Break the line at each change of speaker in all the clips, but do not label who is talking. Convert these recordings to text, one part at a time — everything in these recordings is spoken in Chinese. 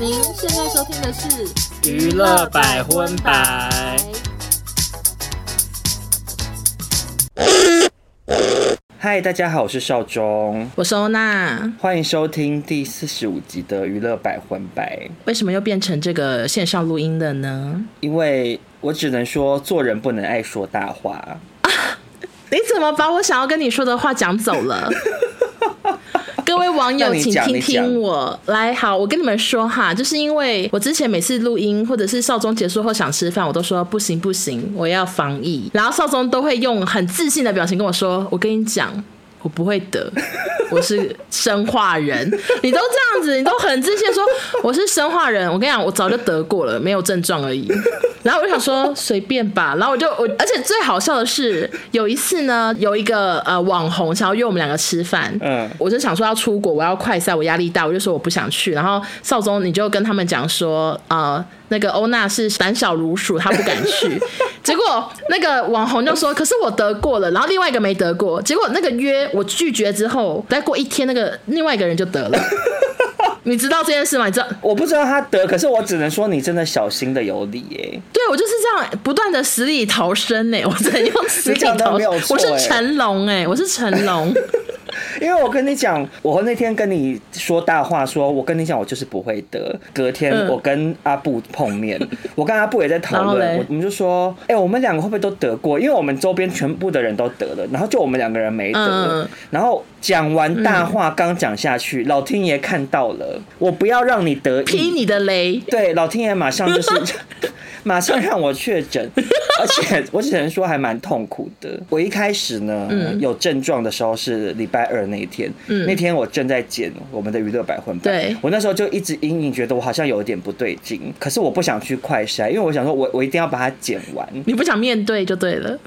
您现在收听的是《
娱乐百分百》。嗨，大家好，我是少中，
我是欧娜。
欢迎收听第四十五集的《娱乐百分百》。
为什么又变成这个线上录音的呢？
因为我只能说，做人不能爱说大话。
你怎么把我想要跟你说的话讲走了？各位网友，
那你
请
讲
听
你讲
听我来。好，我跟你们说哈，就是因为我之前每次录音或者是少中结束后想吃饭，我都说不行不行，我要防疫。然后少中都会用很自信的表情跟我说：“我跟你讲，我不会得， 我是生化人。”你都这样子，你都很自信地说我是生化人。我跟你讲，我早就得过了，没有症状而已。然后我就想说随便吧，然后我就我，而且最好笑的是，有一次呢，有一个呃网红想要约我们两个吃饭，
嗯
我就想说要出国，我要快赛，我压力大，我就说我不想去。然后少宗你就跟他们讲说，呃，那个欧娜是胆小如鼠，她不敢去。 结果那个网红就说，可是我得过了，然后另外一个没得过。结果那个约我拒绝之后，再过一天，那个另外一个人就得了。 你知道这件事吗？你知道
我不知道他得，可是我只能说你真的小心的有理耶、
对我就是这样不断的死里逃生呢、欸我只能用死里
你讲得
逃
没有
生。
错
我是
欸
成龙哎、我是成 龙，
因为我跟你讲，我那天跟你说大话说我跟你讲，我就是不会得。隔天
嗯
我跟阿布 碰面，我跟阿布也在讨
然后嘞
论，我我们就说，哎、我们两个会不会都得过？因为我们周边全部的人都得了，然后就我们两个人没得。
嗯
然后讲完大话刚讲下去，老天爷看到了，我不要让你得
劈
意。
你的雷。
对，老天爷马上就是马上让我确诊，而且我只能说还蛮痛苦的。我一开始呢、有症状的时候是礼拜二那一天，那天我正在剪我们的娱乐百分百，
对
我那时候就一直隐隐觉得我好像有点不对劲，可是我不想去快筛，因为我想说我我一定要把它剪完，
你不想面对就对了，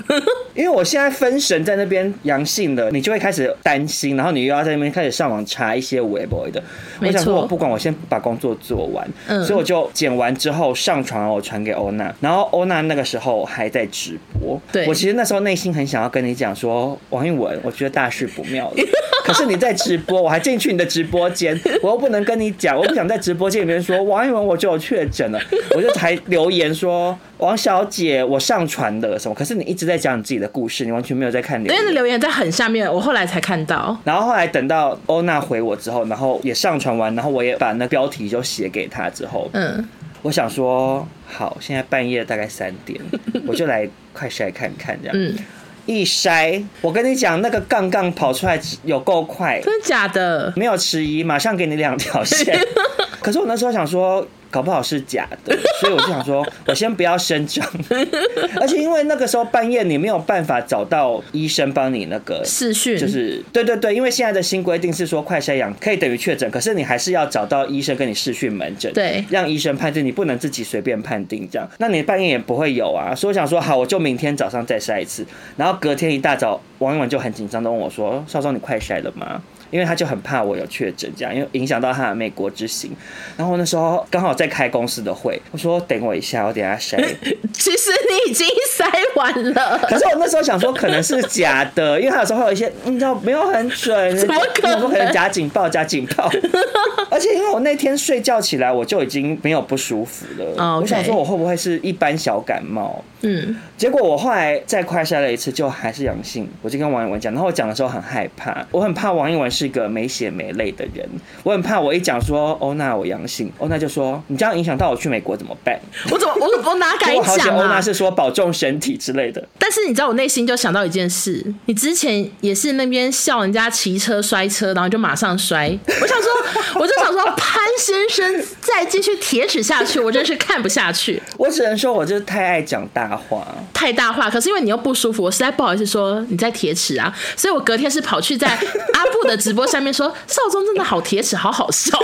因为我现在分神在那边阳性了，你就会开始担心，然后你又要在那边开始上网查一些微博的。
没
我
错
想说，我不管，我先把工作做完。
嗯
所以我就剪完之后上传，我传给欧娜，然后欧娜那个时候还在直播。
对
我其实那时候内心很想要跟你讲说，王一文，我觉得大事不妙了。 可是你在直播，我还进去你的直播间，我又不能跟你讲，我不想在直播间里面说王一文，我就有确诊了， 我就才留言说王小姐，我上传了什么？可是你一直在讲你自己的故事，你完全没有在看留
因为那
言。
留言在很下面，我后来才看到。
然后后来等到欧娜回我之后，然后也上传完，然后我也把那标题就写给她之后，
嗯，
我想说，好，现在半夜大概三 点，我就来快筛看看这样。
嗯，
一筛，我跟你讲，那个杠杠跑出来有够快，
真的假的？
没有迟疑，马上给你两 条线。可是我那时候想说，搞不好是假的，所以我就想说，我先不要声 张。而且因为那个时候半夜你没有办法找到医生帮你那个
视讯
就是对对对，因为现在的新规定是说快筛阳可以等于确诊，可是你还是要找到医生跟你视讯门诊，
对
让医生判定，你不能自己随便判定这样。那你半夜也不会有啊，所以我想说，好，我就明天早上再筛一次，然后隔天一大早，王一文就很紧张的问我说：“少少，你快筛了吗？”因为他就很怕我有确诊，这样因为影响到他的美国之行。然后那时候刚好在开公司的会，我说等我一下，我等一下筛。
其实你已经筛完了，
可是我那时候想说可能是假的，因为他有时候会有一些嗯你知道没有很准，
怎么可能
我说可能假警报假警 报。而且因为我那天睡觉起来我就已经没有不舒服了
哦，OK
我想说我会不会是一般小感冒？
嗯，
结果我后来再快筛了一次，就还是阳性。我就跟王一文讲，然后我讲的时候很害怕，我很怕王一文是一个没血没泪的人，我很怕我一讲说哦那我阳性，哦那就说你这样影响到我去美国怎么办？
我怎么我我哪敢
结果好险
讲
欧娜
啊？
是说保重身体之类的。
但是你知道，我内心就想到一件事，你之前也是那边笑人家骑车摔车，然后就马上摔。我想说，我就想说，潘先生再继续铁齿下去，我真是看不下去，
我只能说，我就是太爱讲大话。
太大话。可是因为你又不舒服，我实在不好意思说你在铁齿啊，所以我隔天是跑去在阿布的直播下面说，少宗真的好铁齿，好好笑。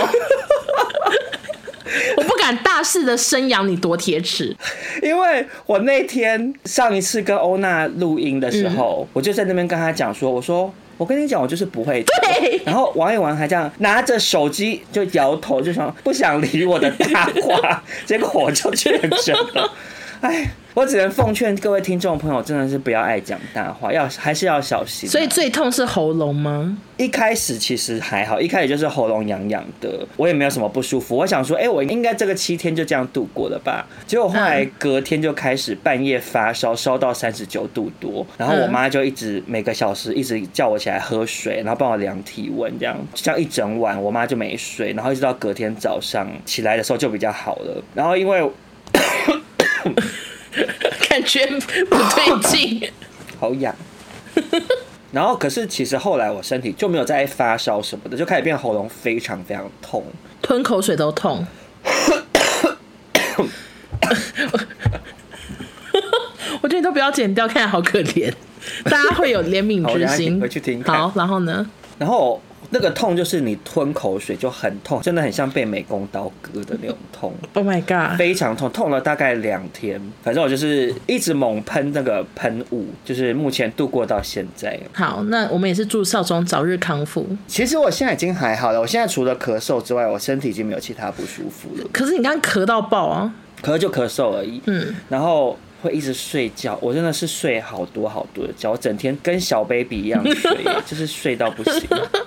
我不敢大肆的宣扬你多铁齿，
因为我那天上一次跟欧娜录音的时候，
嗯
我就在那边跟她讲说，我说我跟你讲，我就是不会的。
对
然后王一文还这样拿着手机就 摇头，就想不想理我的大话，结果我就确诊了。哎，我只能奉劝各位听众朋友，真的是不要爱讲大话，要还是要小心啊、
所以最痛是喉咙吗？
一开始其实还好，一开始就是喉咙痒痒的，我也没有什么不舒服。我想说，哎、我应该这个七天就这样度过了吧？结果后来
嗯
隔天就开始半夜发烧，烧到三十九度多，然后我
嗯
妈就一直每个小时一直叫我起来喝水，然后帮我量体温，这样这样一整晚，我妈就没睡，然后一直到隔天早上起来的时候就比较好了。然后因为
感觉不对劲。
好痒。 然后，可是其实后来我身体就没有再发烧什么的，就开始变喉咙非常非常痛。
吞口水都痛。我觉得你都不要剪掉，看起来好可怜。大家会有怜悯
好我
之
等下
心。
回去听看
好，然后呢？
然后那个痛就是你吞口水就很痛，真的很像被美工刀割的那种痛，
Oh my god！
非常痛，痛了大概两天。反正我就是一直猛喷那个喷雾，就是目前度过到现在。
好，那我们也是祝少中早日康复。
其实我现在已经还好了，我现在除了咳嗽之外，我身体已经没有其他不舒服了，
可是你刚刚咳到爆啊！
咳就咳嗽而已。
嗯，
然后会一直睡觉，我真的是睡好多好多的觉，我整天跟小 baby 一样睡，就是睡到不行，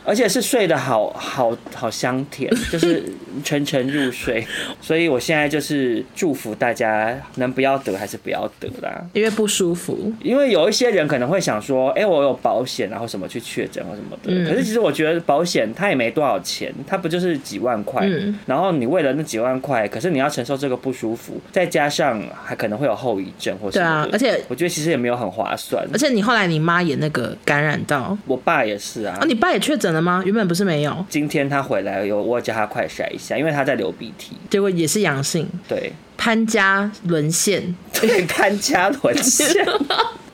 而且是睡得好好好香甜，就是沉沉入睡。所以我现在就是祝福大家能不要得还是不要得啦。
因为不舒服。
因为有一些人可能会想说，哎、我有保险，然后什么去确诊或什么的。
嗯
可是其实我觉得保险它也没多少钱，它不就是几万块？
嗯
然后你为了那几万块，可是你要承受这个不舒服，再加上还可能会有后遗症或什
对
么
啊
的。，
而且
我觉得其实也没有很划算。
而且你后来你妈也那个感染到
我爸也是啊
啊，，你爸也确诊了吗？原本不是没有，
今天他回来有我有叫他快筛一下，因为他在流鼻涕。
结果也是阳性。
对，
潘家沦陷，
对，潘家伦 线。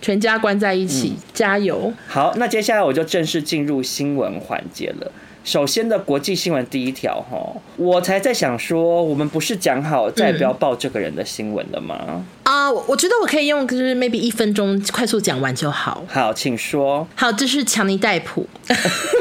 全家关在一起，加油！
好，那接下来我就正式进入新闻环节了。首先的国际新闻第一条哈，我才在想说，我们不是讲好再不要报这个人的新闻了吗？
啊、我我觉得我可以用就是 maybe 一分钟快速讲完就好。
好，请说。
好，这是强尼戴普，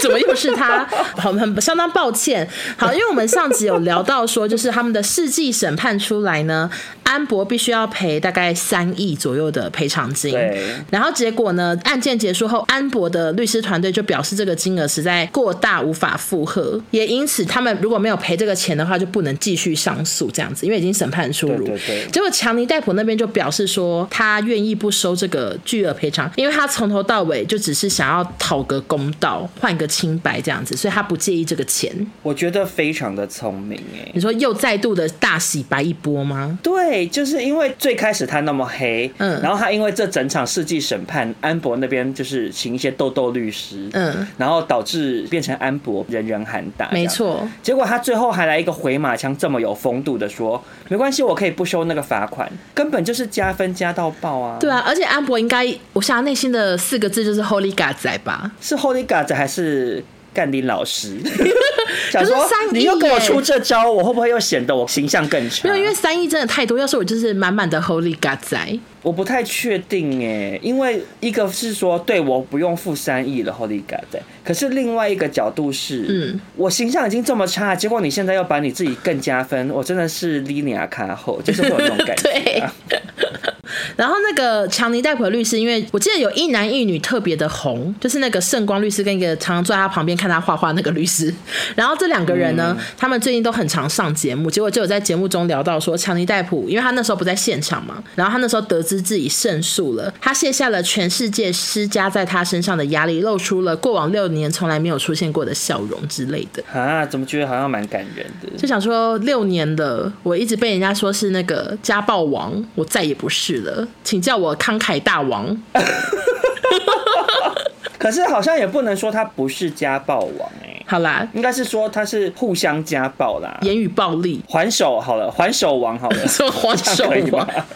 怎么又是他？好，很相当抱歉。好，因为我们上集有聊到说，就是他们的世纪审判出来呢，安博必须要赔大概三亿左右的赔偿金
对。
然后结果呢，案件结束后，安博的律师团队就表示这个金额实在过大，无法负荷，也因此他们如果没有赔这个钱的话，就不能继续上诉这样子，因为已经审判出炉。
对对对
结果强尼戴普那边就表示说，他愿意不收这个巨额赔偿，因为他从头到尾就只是想要讨个公道，换个清白这样子，所以他不介意这个钱。
我觉得非常的聪明哎、
你说又再度的大洗白一波 吗？
对，就是因为最开始他那么黑，
嗯
然后他因为这整场世纪审判，安博那边就是请一些豆豆律师，
嗯，
然后导致变成安博人人喊打，
没。错，
结果他最后还来一个回马枪，这么有风度的说：“没关系，我可以不收那个罚款，根本就是加分加到爆啊！”
对，啊，而且安博应该，我想他内心的四个字就是 “Holy God” 仔吧。
是 Holy God 还是干林 老师？想说
三亿
你又给我
耶
出这招，我会不会又显得我形象更差？
没有，因为三亿真的太多，要是我就是满满的 Holy God 仔。
我不太确定哎，因为一个是说对我不用付三亿了 Holy God，对可是另外一个角度是，
嗯，
我形象已经这么差，结果你现在要把你自己更加分，我真的是 Linia 卡后，就是会有那种感觉、啊
对。然后那个强尼戴普的律师，因为我记得有一男一女特别的红，就是那个圣光律师跟一个常常坐在他旁边看他画画那个律师。然后这两个人呢，他们最近都很常上节目，结果就有在节目中聊到说，强尼戴普，因为他那时候不在现场嘛，然后他那时候得知自己胜诉了，他卸下了全世界施加在他身上的压力，露出了过往六年从来没有出现过的笑容之类的。
啊，怎么觉得好像蛮感人的？
就想说六年了，我一直被人家说是那个家暴王，我再也不是了，请叫我慷慨大王。
可是好像也不能说他不是家暴王哎、
好啦，
应该是说他是互相家暴啦。
言语暴力，
还手好了，还手王好了，
说 还
这
手
样可以
王
吧。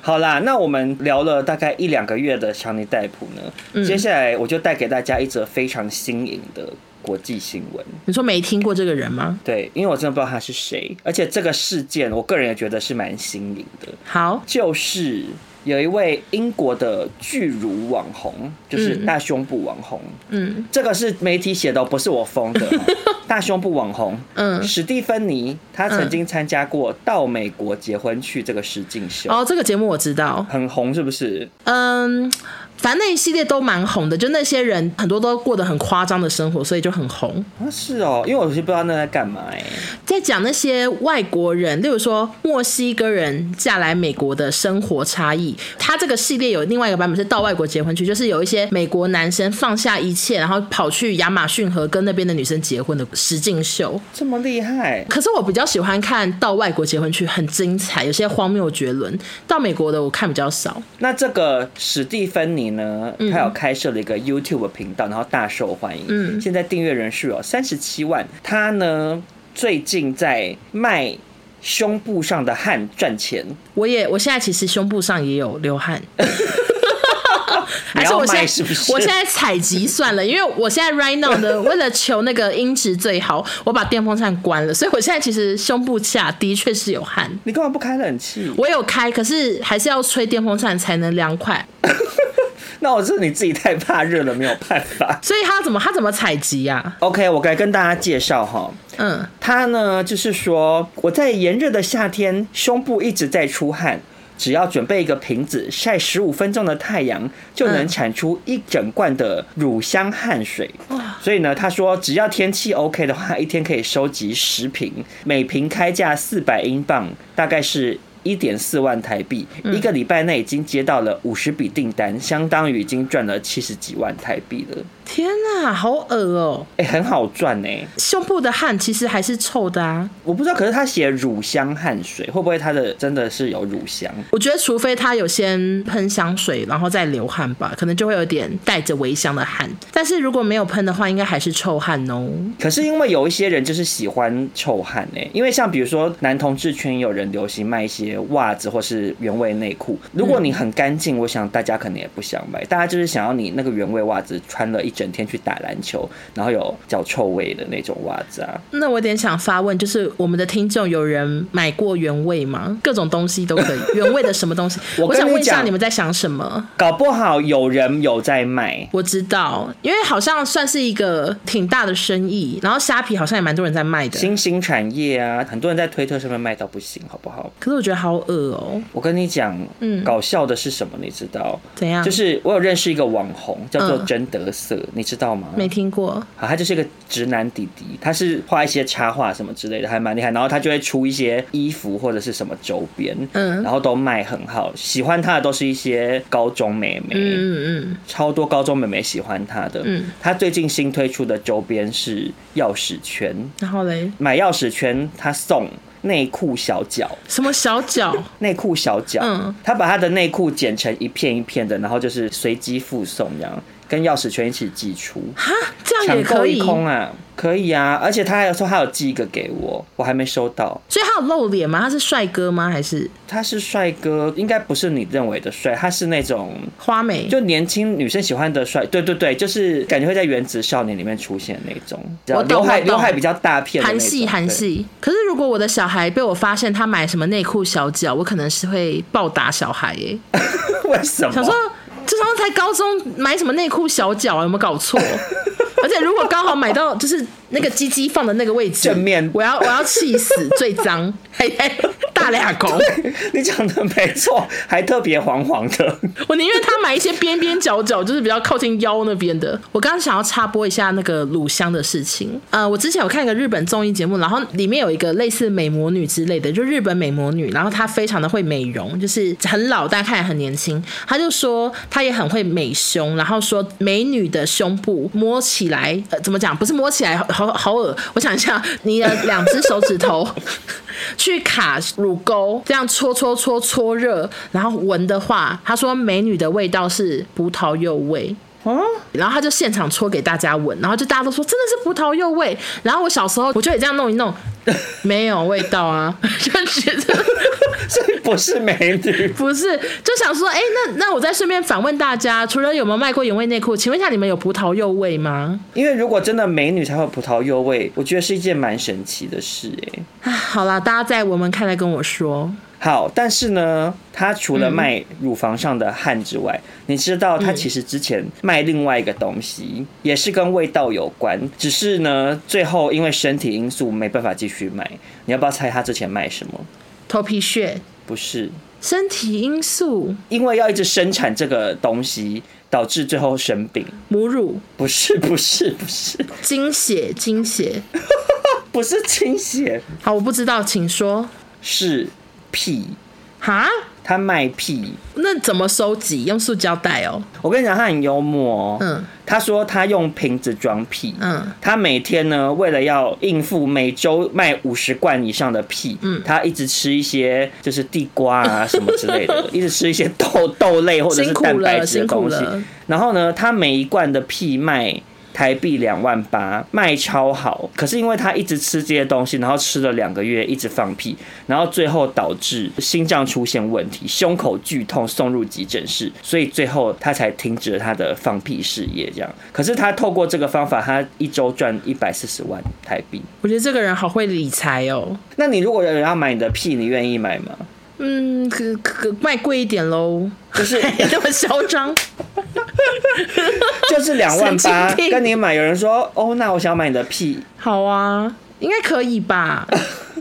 好啦，那我们聊了大概一两个月的强尼戴普呢，
嗯
接下来我就带给大家一则非常新颖的国际新闻。
你说没听过这个人吗？
对，因为我真的不知道他是谁，而且这个事件我个人也觉得是蛮新颖的，
好，
就是有一位英国的巨乳网红，就是
嗯
大胸部网红，
嗯
这个是媒体写的哦，不是我 封的哦。大胸部网红
嗯，
史蒂芬妮，她曾经参加过《到美国结婚去》这个实境秀，
哦，这个节目我知道，
很红，是不是？
嗯，反正那一系列都蛮红的，就那些人很多都过得很夸张的生活，所以就很红。
啊，是哦，因为我是不知道那在干嘛哎、
在讲那些外国人，例如说墨西哥人嫁来美国的生活差异。他这个系列有另外一个版本是到外国结婚去，就是有一些美国男生放下一切，然后跑去亚马逊河跟那边的女生结婚的实境秀。
这么厉害，
可是我比较喜欢看到外国结婚去，很精彩，有些荒谬绝伦。到美国的我看比较少。
那这个史蒂芬妮呢，她有开设了一个 YouTube 频道，然后大受欢迎，
嗯
现在订阅人数有三十七万。她呢，最近在卖胸部上的汗赚钱，
我也我现在其实胸部上也有流汗。还是我现在
你要卖是不是
我现在采集算了，因为 我现在 right now 呢，为了求那个音质最好，我把电风扇关了，所以我现在其实胸部下的确是有汗。
你干嘛不开冷气？
我有开，可是还是要吹电风扇才能凉快。
那我是你自己太怕热了，没有办法。
所以他怎么他怎么采集呀、
OK，我该跟大家介绍哈，
嗯，
他呢，就是说我在炎热的夏天，胸部一直在出汗，只要准备一个瓶子晒十五分钟的太阳，就能
嗯
产出一整罐的乳香汗水。所以呢，他说只要天气 OK 的话，一天可以收集十瓶，每瓶开价四百英镑，大概是。一点四万台币，一个礼拜内已经接到了五十笔订单，相当于已经赚了七十几万台币了。
天哪、好恶哦、
哎、很好赚呢、
胸部的汗其实还是臭的啊。
我不知道，可是他写乳香汗水，会不会他的真的是有乳香？
我觉得除非他有先喷香水，然后再流汗吧，可能就会有点带着微香的汗。但是如果没有喷的话，应该还是臭汗哦。
可是因为有一些人就是喜欢臭汗哎、因为像比如说男同志圈也有人流行卖一些袜子或是原味内裤，如果你很干净，我想大家可能也不想买，大家就是想要你那个原味袜子穿了一整天去打篮球，然后有脚臭味的那种袜子啊。
那我有点想发问，就是我们的听众有人买过原味吗？各种东西都 可以，原味的什么东西？
我
我
跟
想问
你
一下，
讲
你们在想什么？
搞不好有人有在卖，
我知道，因为好像算是一个挺大的生意，然后虾皮好像也蛮多人在卖的。
新兴产业啊，很多人在推特上面卖到不行，好不好？
可是我觉得好恶哦、
我跟你讲，
嗯
搞笑的是什么？你知道？
怎样？
就是我有认识一个网红，叫做
嗯
真德色，你知道吗？
没听过，
好，他就是一个直男弟弟，他是画一些插画什么之类的，还蛮厉害。然后他就会出一些衣服或者是什么周边，
嗯
然后都卖很好。喜欢他的都是一些高中妹妹，
嗯嗯
超多高中妹妹喜欢他的。
嗯，
他最近新推出的周边是钥匙圈，
然后嘞，
买钥匙圈他送内裤小脚。
什么小脚？
内裤小脚，
嗯
他把他的内裤剪成一片一片的，然后就是随机附送这样，跟钥匙圈一起寄出，
哈，这样
抢
也
购
可以
一。空啊，可以啊，而且他还有说他有寄一个给我，我还没收到。
所以他有露脸吗？他是帅哥吗？还是
他是帅哥，应该不是你认为的帅，他是那种
花美？
就年轻女生喜欢的帅，对对对，就是感觉会在《原子少年》里面出现那种，
我懂
刘海
我懂
刘海比较大片的那
韩
种，
系韩
对。
系。可是如果我的小孩被我发现他买什么内裤小脚，我可能是会暴打小孩耶、
哎为什么？
想说，这双才高中买什么内裤小脚、啊，有没有搞 错？而且如果刚好买到就是那个鸡鸡放的那个位置，
正面哎
我要我要气死，最 脏，还还大俩狗，
你讲的没错，还特别黄黄的。
我宁愿他买一些边边角角，就是比较靠近腰那边的。我刚刚想要插播一下那个乳香的事情。呃，我之前有看一个日本综艺节目，然后里面有一个类似美魔女之类的，就日本美魔女，然后她非常的会美容，就是很老但看起来很年轻。她就说她也很会美胸，然后说美女的胸部摸起来，呃，怎么讲？不是摸起来，好好好恶。我想一下，你的两只手指头去卡乳沟，这样搓搓搓搓热，然后闻的话，他说美女的味道是葡萄柚味。
啊，
然后他就现场搓给大家闻，然后就大家都说真的是葡萄柚味。然后我小时候我就也这样弄一弄，没有味道啊， 就觉得
所以不是美女。
不是，就想说，哎，那那我再顺便反问大家，除了有没有卖过原味内裤，请问一下你们有葡萄柚味吗？
因为如果真的美女才会有葡萄柚味，我觉得是一件蛮神奇的事哎、
啊，好啦，大家再闻闻看，再跟我说。
好，但是呢，他除了卖乳房上的汗之外，你知道他其实之前卖另外一个东西，也是跟味道有关，只是呢，最后因为身体因素没办法继续卖。你要不要猜他之前卖什么？
头皮屑、
不是，
身体因素、
因为要一直生产这个东西，导致最后生病。
母乳、
不是，不是，不是，
经血、经血。
不是清血，
好，我不知道，请说。
是屁。
哈？
他卖屁，
那怎么收集？用塑胶袋哦。
我跟你讲，他很幽默、哦。
嗯，
他说他用瓶子装屁。
嗯，
他每天呢，为了要应付每周卖五十罐以上的屁，嗯，他一直吃一些就是地瓜啊什么之 类的，一直吃一些豆豆类或者是
辛苦
蛋白
了，
质的
辛苦
东西。
了。
然后呢，他每一罐的屁卖台币两万八，卖超好。可是因为他一直吃这些东西，然后吃了两个月，一直放屁，然后最后导致心脏出现问题，胸口剧痛，送入急诊室，所以最后他才停止了他的放屁事业。这样，可是他透过这个方法，他一周赚一百四十万台币。
我觉得这个人好会理财哦。
那你如果有人要买你的屁，你愿意买吗？
嗯，可可可卖贵一点喽，
就是
这么嚣张。
就是两万
神
八
经病
跟你买，有人说哦，那我想买你的屁，
好啊，应该可以 吧？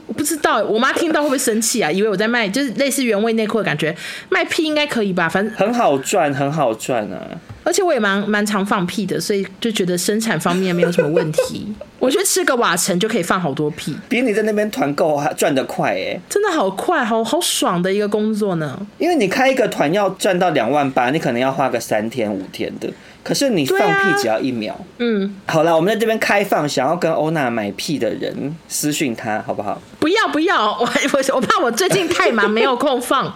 我不知道，我妈听到会不会生气啊？以为我在卖，就是类似原味内裤的感觉，卖屁应该可以吧？反正，
很好赚，很好赚啊。
而且我也蛮蛮常放屁的，所以就觉得生产方面没有什么问 题。我觉得吃个瓦城就可以放好多屁，
比你在那边团购还赚得快哎、
真的好快，好好爽的一个工作呢。
因为你开一个团要赚到两万八，你可能要花个三天五天的，可是你放
对啊
屁只要一秒。
嗯，
好了，我们在这边开放，想要跟欧娜买屁的人私讯她好不好？
不要不要， 我我我怕我最近太忙没有空 放。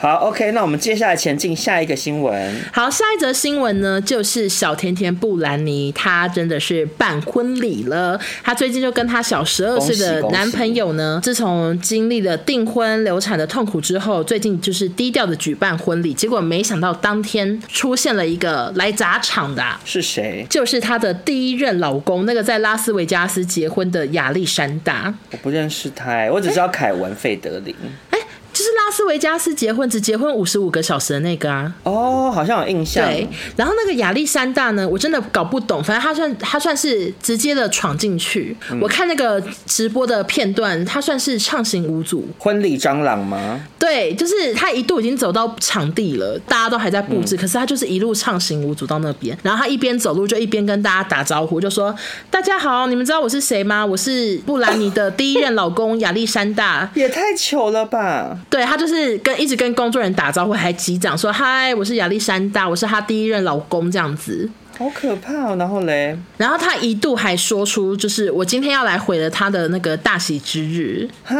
好，OK，那我们接下来前进下一个新闻。
好，下一则新闻呢，就是小甜甜布兰妮，她真的是办婚礼了。她最近就跟她小十二岁的
恭喜
男朋友呢，自从经历了订婚流产的痛苦之后，最近就是低调的举办婚礼，结果没想到当天出现了一个来砸场的啊、
是谁？
就是她的第一任老公，那个在拉斯维加斯结婚的亚历山大。
我不认识他、欸，我只知道凯文·费德林。
哎，就是拉斯维加斯结婚只结婚五十五个小时的那个啊。
哦，好像有印象。
对，然后那个亚历山大呢，我真的搞不懂，反正他算他算是直接的闯进去。我看那个直播的片段，他算是畅行无阻。
婚礼蟑螂吗？
对，就是他一度已经走到场地了，大家都还在布置，可是他就是一路畅行无阻到那边。然后他一边走路就一边跟大家打招呼，就说：“大家好，你们知道我是谁吗？我是布兰妮的第一任老公亚历山大。”
也太糗了吧！
对他就是跟一直跟工作人员打招呼，还击掌说：“嗨，我是亚历山大，我是他第一任老公。”这样子。
好可怕哦。然后嘞，
然后他一度还说出，就是我今天要来毁了他的那个大喜之日，
哈，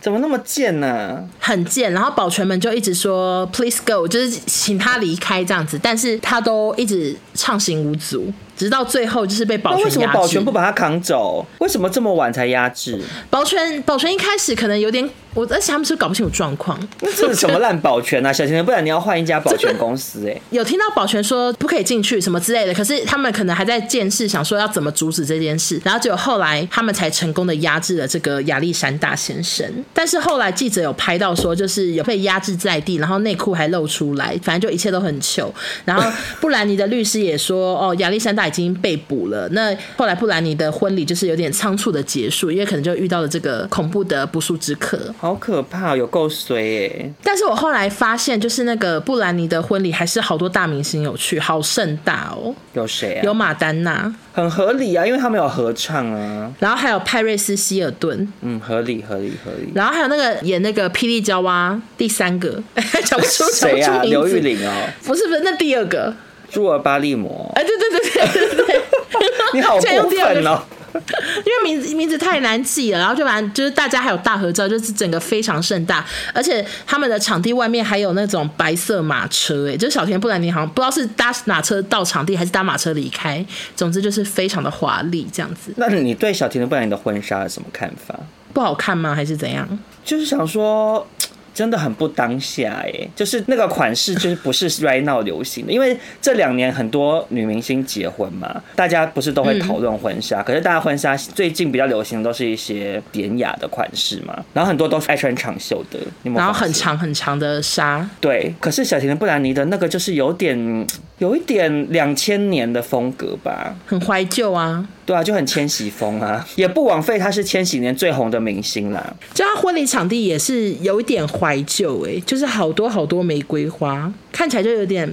怎么那么贱啊呢、
很贱。然后保全们就一直说 “please go”，就是请他离开这样子，但是他都一直畅行无阻，直到最后就是被保
那
全
为什么
压制。
保全不把他扛走？为什么这么晚才压制？
保全保全一开始可能有点，我而且他们是不是搞不清楚状况。
那这是什么烂保全啊？小情人，不然你要换一家保全公司哎、
有听到保全说不可以进去什么之类的，可是他们可能还在见识，想说要怎么阻止这件事，然后结果后来他们才成功的压制了这个亚历山大先生。但是后来记者有拍到说，就是有被压制在地，然后内裤还露出来，反正就一切都很糗。然后布兰妮的律师也说，哦，亚历山大已经被捕了。那后来布兰妮的婚礼就是有点仓促的结束，因为可能就遇到了这个恐怖的不速之客。
好可怕，有够衰哎、
但是我后来发现，就是那个布兰妮的婚礼，还是好多大明星有去，好盛大哦，
有谁
有
啊？
马丹娜，
很合理啊，因为他们有合唱啊，
然后还有派瑞斯·希尔顿，
嗯，合理合理合理。
然后还有那个演那个霹雳娇娃第三个， 讲不出讲不
谁啊？
出
刘
名
玉
字，
玲哦，
不是不是，那第二个，
朱尔巴 利摩，哦
哎，对对对对对对。
你好
这样
过
第二个
分哦！
因为名字名字太难记了，然后就把就是大家还有大合照，就是整个非常盛大，而且他们的场地外面还有那种白色马车、哎，就是小田布兰妮好像不知道是搭马车到场地还是搭马车离开，总之就是非常的华丽这样子，
那你对小甜甜布兰妮的婚纱有什么看法？
不好看吗？还是怎样？
就是想说，真的很不当下哎、就是那个款式就是不是 right now 流行的，因为这两年很多女明星结婚嘛，大家不是都会讨论婚纱，可是大家婚纱最近比较流行的都是一些典雅的款式嘛，然后很多都是爱穿长袖的，你有没有
然后
发现
很长很长的纱，
对，可是小甜甜布兰妮的那个就是有点有一点两千年的风格吧，
很怀旧啊。
对啊，就很千禧风啊，也不枉费她是千禧年最红的明星啦。
就他婚礼场地也是有一点怀旧，哎，就是好多好多玫瑰花，看起来就有点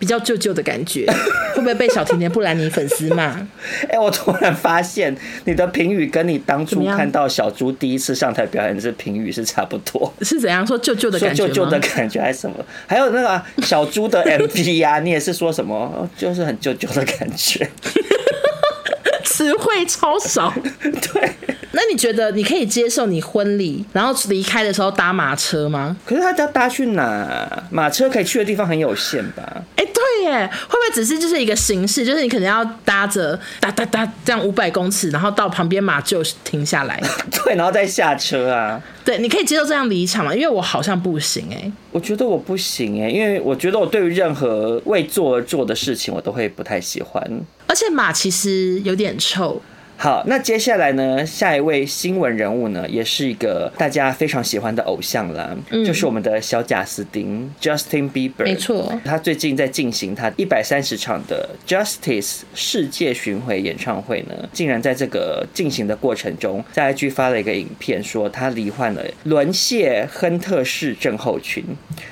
比较旧旧的感觉。会不会被小甜甜布兰妮粉丝骂？
哎、我突然发现你的评语跟你当
怎
初
么样
看到小猪第一次上台表演是评语是差不多。
是怎样说旧 旧的
说
感觉
旧
吗？
旧的感觉还是什么？还有那个啊小猪的 MV 啊，你也是说什么？哦就是很旧旧的感觉。
词汇超少。
对，
那你觉得你可以接受你婚礼，然后离开的时候搭马车吗？
可是他要搭去哪？马车可以去的地方很有限吧？
哎、对耶，会不会只是就是一个形式？就是你可能要搭着哒哒哒这样五百公尺，然后到旁边马厩停下 来。
对，然后再下车啊。
对，你可以接受这样离场吗？因为我好像不行哎、
我觉得我不行哎、因为我觉得我对于任何为做而做的事情，我都会不太喜欢。
而且马其实有点臭，
好，那接下来呢，下一位新闻人物呢，也是一个大家非常喜欢的偶像啦，就是我们的小贾斯汀 （Justin Bieber）。
嗯没错
他最近在进行他一百三十场的 Justice 世界巡回演唱会呢，竟然在这个进行的过程中，在 IG 发了一个影片，说他罹患了沦陷亨特氏症候群，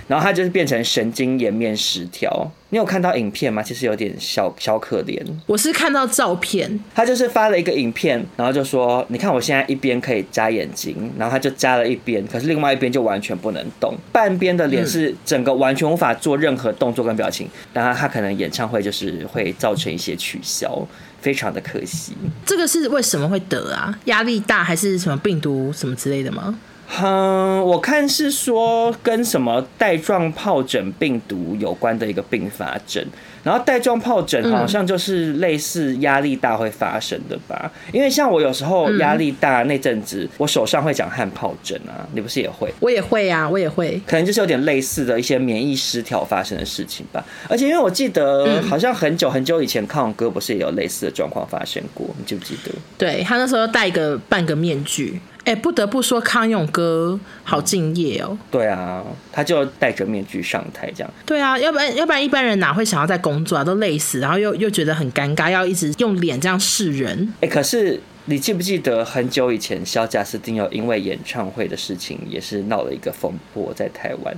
然后他就是变成神经颜面失调。你有看到影片吗？其实有点小小可怜。
我是看到照片，
他就是发了一个影片，然后就说：“你看我现在一边可以眨眼睛，然后他就眨了一边，可是另外一边就完全不能动，半边的脸是整个完全无法做任何动作跟表情。然后他可能演唱会就是会造成一些取消，非常的可惜。
这个是为什么会得啊？压力大还是什么病毒什么之类的吗？
嗯，我看是说跟什么带状疱疹病毒有关的一个并发症，然后带状疱疹好像就是类似压力大会发生的吧？因为像我有时候压力大那阵子，我手上会长汗疱疹啊，你不是也会？
我也会啊，我也会。
可能就是有点类似的一些免疫失调发生的事情吧。而且因为我记得好像很久很久以前，康永哥不是也有类似的状况发生过？你记不记得？
对他那时候戴个半个面具，哎、不得不说康永哥好敬业哦。
对啊，他就戴着面具上台这样。
对啊，要不然要不然一般人哪会想要在工作啊，都累死，然后又又觉得很尴尬，要一直用脸这样示人。
哎、可是你记不记得很久以前，小贾斯汀有因为演唱会的事情也是闹了一个风波在台湾？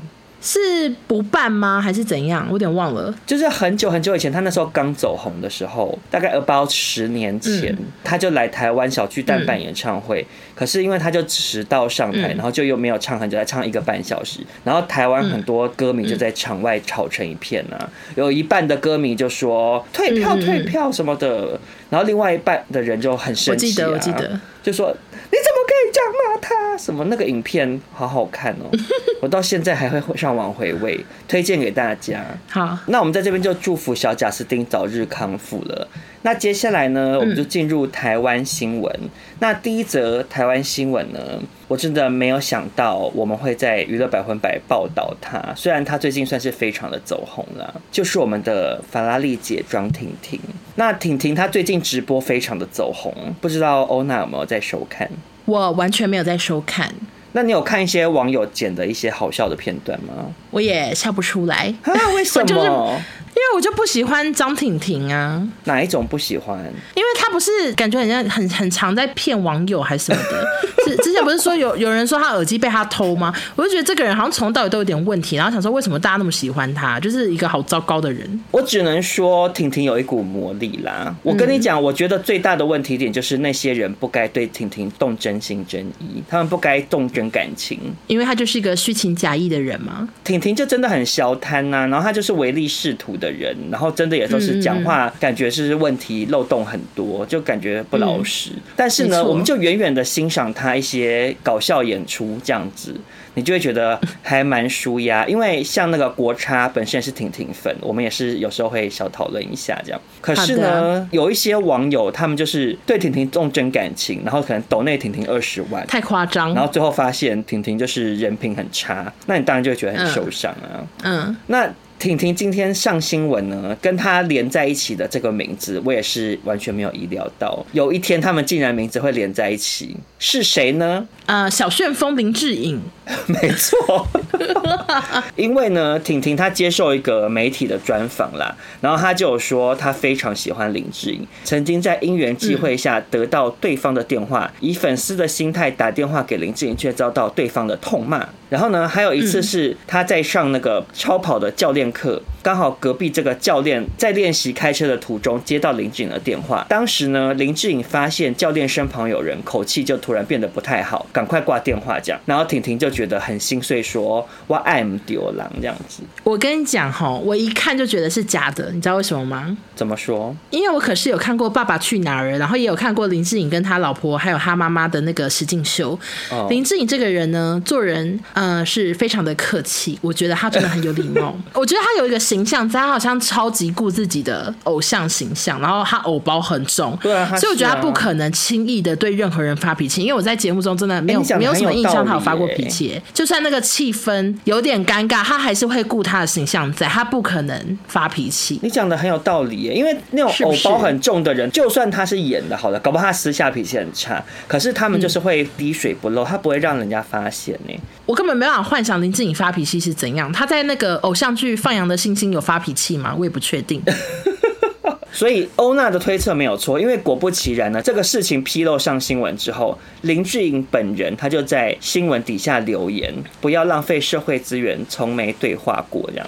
是不办吗？还是怎样？我有点忘了。
就是很久很久以前，他那时候刚走红的时候，大概 about 十年前，
嗯
他就来台湾小巨蛋办演唱会。可是因为他就迟到上台，
嗯
然后就又没有唱很久，才唱一个半小时。然后台湾很多歌迷
嗯
就在场外吵成一片啊，有一半的歌迷就说退票、
嗯嗯嗯
退票什么的，然后另外一半的人就很生
我
气、啊，
记得我记得
就说你怎么可以这样骂他？什么那个影片好好看哦，我到现在还会上网回味，推荐给大家。
好，
那我们在这边就祝福小贾斯汀早日康复了。那接下来
嗯
呢，我们就进入台湾新闻。那第一则台湾新闻呢，我真的没有想到我们会在娱乐百分百报道她，虽然她最近算是非常的走红了，就是我们的法拉利姐庄婷婷。那婷婷她最近直播非常的走红，不知道欧娜有没有在收看？
我完全没有在收看，
那你有看一些网友剪的一些好笑的片段吗？
我也笑不出来，因
啊，为什么？
就是为我就不喜欢张婷婷啊，
哪一种不喜欢？
因为她不是感觉很像很很常在骗网友还是什么的。 之之前不是说有有人说她耳机被她偷吗？我就觉得这个人好像从头到尾都有点问题，然后想说为什么大家那么喜欢她，就是一个好糟糕的人。
我只能说，婷婷有一股魔力啦。我跟你讲，我觉得最大的问题点就是那些人不该对婷婷动真心真意，他们不该动真感情。
因为他就是一个虚情假意的人嘛。
啊婷婷就真的很消贪呐、然后她就是唯利是图的人人，然后真的也都是讲话，感觉是问题漏洞很多，就感觉不老实。但是
没
呢，
错
我们就远远的欣赏他一些搞笑演出这样子。你就会觉得还蛮舒压，因为像那个国差本身也是挺挺粉，我们也是有时候会小讨论一下这样。可是
好
呢，有一些网友他们就是对婷婷动真感情，然后可能抖内婷婷二十万，
太夸张。
然后最后发现婷婷就是人品很差，那你当然就会觉得很受伤啊。
嗯，
那婷婷今天上新闻呢，跟她连在一起的这个名字，我也是完全没有意料到，有一天他们竟然名字会连在一起，是谁呢？
呃，小旋风林志颖，
没错，因为呢，婷婷她接受一个媒体的专访啦，然后她就有说她非常喜欢林志颖，曾经在因缘际会下得到对方的电话，以粉丝的心态打电话给林志颖，却遭到对方的痛骂。然后呢，还有一次是她在上那个超跑的教练课，刚好隔壁这个教练在练习开车的途中接到林志颖的电话，当时呢，林志颖发现教练身旁有人，口气就突然变得不太好，赶快挂电话讲。然后婷婷就觉得很心碎说，我爱唔丢狼这样子，
我跟你讲哈，我一看就觉得是假的，你知道为什么吗？
怎么说？
因为我可是有看过《爸爸去哪儿》，然后也有看过林志颖跟他老婆还有他妈妈的那个实境秀。
哦
林志颖这个人呢，做人呃是非常的客气，我觉得他真的很有礼 貌。我觉得他有一个形象在，他好像超级顾自己的偶像形象，然后他偶包很重，
对啊他
所以我觉得
是啊
他不可能轻易的对任何人发脾气，因为我在节目中真的没有、
哎你讲得
没有什么
很有
印象
道
他有发过
理
脾
耶
气耶，就算那个气氛有点尴尬，他还是会顾他的形象在，他不可能发脾气。
你讲的很有道理耶，因为那种
是
偶
不是
包很重的人，就算他是演的好了，搞不好他私下脾气很差，可是他
嗯
们就是会滴水不漏，他不会让人家发现呢。
我根本没办法幻想林志颖发脾气是怎样。他在那个偶像剧《放羊的星星》有发脾气吗？我也不确定。
所以欧娜的推测没有错，因为果不其然呢，这个事情披露上新闻之后，林志颖本人他就在新闻底下留言，不要浪费社会资源，从没对话过这样。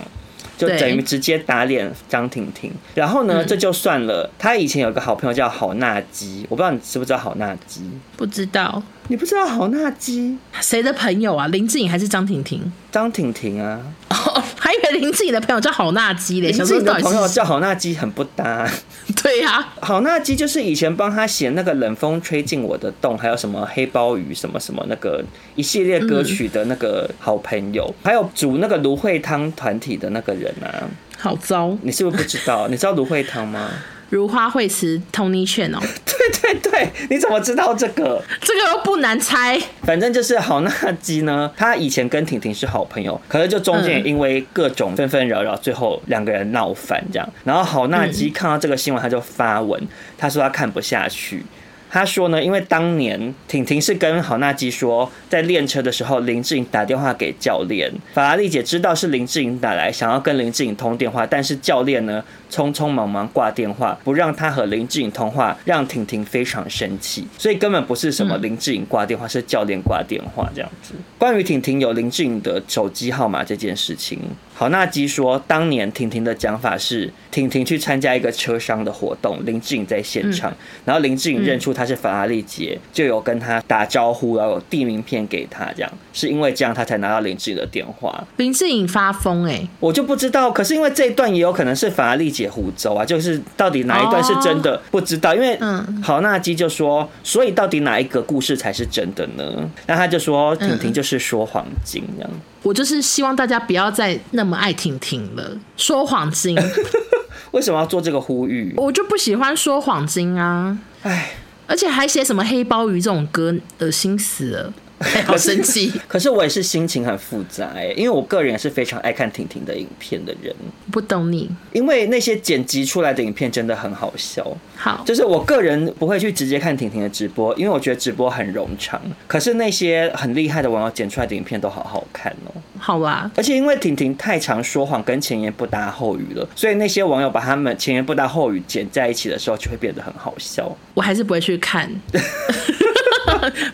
就
对
等于直接打脸张婷婷，然后呢，这就算了。他以前有个好朋友叫郝娜基，我不知道你知不知道郝娜基？
不知道
你不知道郝娜基？
谁的朋友啊？林志颖还是张婷婷？
张婷婷啊，
哦，还以为林志颖的朋友叫郝娜基 嘞，
林
想
志
说
颖
到
的
底
朋友
是
叫郝娜基很不搭。
对啊，
郝娜基就是以前帮他写那个《冷风吹进我的洞》，还有什么黑鲍鱼什么什么那个一系列歌曲的那个好朋友，还有煮那个芦荟汤团体的那个人啊，
好糟。
你是不是不知道？你知道芦荟汤吗？
如花惠词 Tony Chen 哦，
对对对，你怎么知道这个？
这个又不难猜。
反正就是郝娜基呢，她以前跟婷婷是好朋友，可是就中间
嗯
因为各种纷纷扰扰，最后两个人闹翻这样。然后郝娜基看到这个新闻，她就发文，她说她看不下去。她说呢，因为当年婷婷是跟郝娜基说，在练车的时候，林志颖打电话给教练，法拉利姐知道是林志颖打来，想要跟林志颖通电话，但是教练呢匆匆忙忙挂电话，不让她和林志颖通话，让婷婷非常生气。所以根本不是什么
嗯
林志颖挂电话，是教练挂电话这样子。关于婷婷有林志颖的手机号码这件事情，郝娜基说，当年婷婷的讲法是，婷婷去参加一个车商的活动，林志颖在现场，然后林志颖认出她是法拉利姐，就有跟她打招呼，然后有递名片给她，这样是因为这样她才拿到林志颖的电话。
林志颖发疯哎、
我就不知道，可是因为这一段也有可能是法拉利姐胡诌啊，就是到底哪一段是真的、不知道，因为
嗯
郝娜基就说，所以到底哪一个故事才是真的呢？那他就说婷婷就是说谎精这样，
我就是希望大家不要再那么爱婷婷了，说谎精，
为什么要做这个呼吁？
我就不喜欢说谎精啊。
哎，
而且还写什么黑鲍鱼这种歌，恶心死了，哎好生气！
可是我也是心情很复杂哎、因为我个人也是非常爱看婷婷的影片的人，
不懂你。
因为那些剪辑出来的影片真的很好笑。
好，
就是我个人不会去直接看婷婷的直播，因为我觉得直播很冗长。可是那些很厉害的网友剪出来的影片都好好看哦。
好吧，
而且因为婷婷太常说谎跟前言不搭后语了，所以那些网友把他们前言不搭后语剪在一起的时候，就会变得很好笑。
我还是不会去看。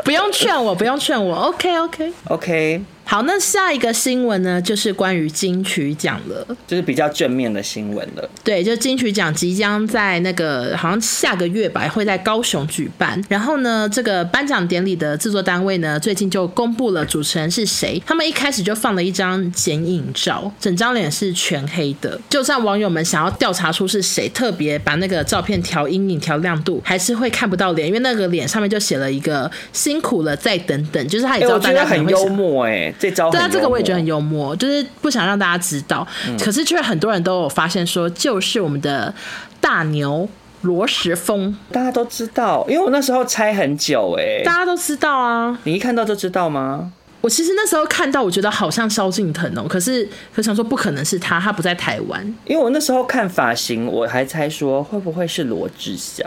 不用劝我，不用劝我。OK OK。
OK，
好，那下一个新闻呢，就是关于金曲奖了。
就是比较正面的新闻了。
对，就金曲奖即将在那个好像下个月吧，会在高雄举办。然后呢，这个颁奖典礼的制作单位呢，最近就公布了主持人是谁。他们一开始就放了一张剪影照，整张脸是全黑的。就算网友们想要调查出是谁，特别把那个照片调阴影、调亮度，还是会看不到脸，因为那个脸上面就写了一个“辛苦了，再等等”，就是他也
哎、
知道
我
大
觉
家
得
可能
很
会想
幽默哎、这招
对啊，
很
这个
幽
我也觉得很
默
幽默，就是不想让大家知道，
嗯
可是却很多人都有发现说，就是我们的大牛。罗时丰，
大家都知道，因为我那时候猜很久哎、
大家都知道啊。
你一看到就知道吗？
我其实那时候看到，我觉得好像萧敬腾哦，可是可想说不可能是他，他不在台湾。
因为我那时候看发型，我还猜说会不会是罗志祥。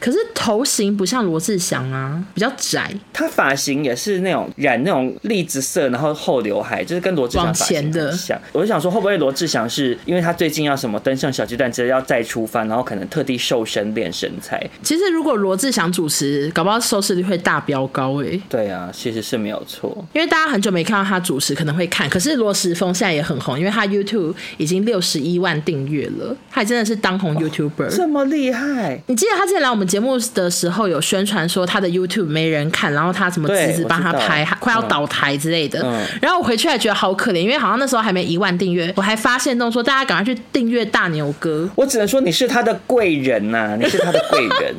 可是头型不像罗志祥啊，比较窄，
他发型也是那种染那种栗子色，然后厚刘海，就是跟罗志祥
往
发型
前的
很像。我就想说，会不会罗志祥是因为他最近要什么登上小巨蛋，直接要再出发，然后可能特地瘦身练身材？
其实如果罗志祥主持，搞不好收视率会大飙高欸诶、
对啊，其实是没有错。
因为大家很久没看到他主持，可能会看。可是罗时丰现在也很红，因为他 YouTube 已经六十一万订阅了，他也真的是当红 YouTuber。
这么厉害，
你记得他之前来我们节目的时候，有宣传说他的 YouTube 没人看，然后他什么
对
侄子帮他
我知道
拍，
嗯
快要倒台之类的。
嗯
然后我回去还觉得好可怜，因为好像那时候还没一万订阅，我还发现动说大家赶快去订阅大牛哥。
我只能说你是他的贵人呐、你是他的贵人。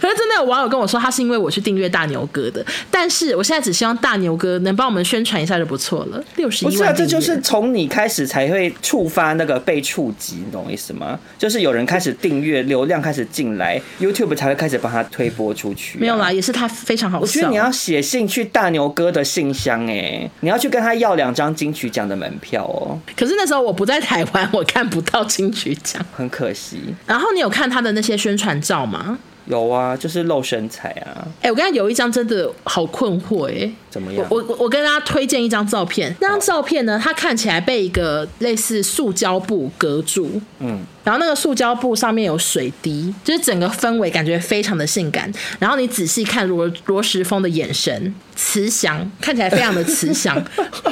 可是真的有网友跟我说，他是因为我去订阅大牛哥的，但是我现在只希望大牛哥能帮我们宣传一下就不错了。六十一万
不
订
是
阅，
啊，这就是从你开始才会触发那个被触及，你懂我意思吗？就是有人开始订阅，流量开始进来，YouTube 才会开始帮他推播出去、啊
没有啦，。也是他非常好笑。
我觉得你要写信去大牛哥的信箱哎、你要去跟他要两张金曲奖的门票哦，
可是那时候我不在台湾，我看不到金曲奖。
很可惜。
然后你有看他的那些宣传照吗？
有啊，就是露身材啊，
哎、我刚才有一张真的好困惑哎、
怎么
我
样？
我我我跟大家推荐一张照片，那张照片呢，它看起来被一个类似塑胶布隔住，
嗯，
然后那个塑胶布上面有水滴，就是整个氛围感觉非常的性感。然后你仔细看罗罗时丰的眼神，慈祥，看起来非常的慈 祥，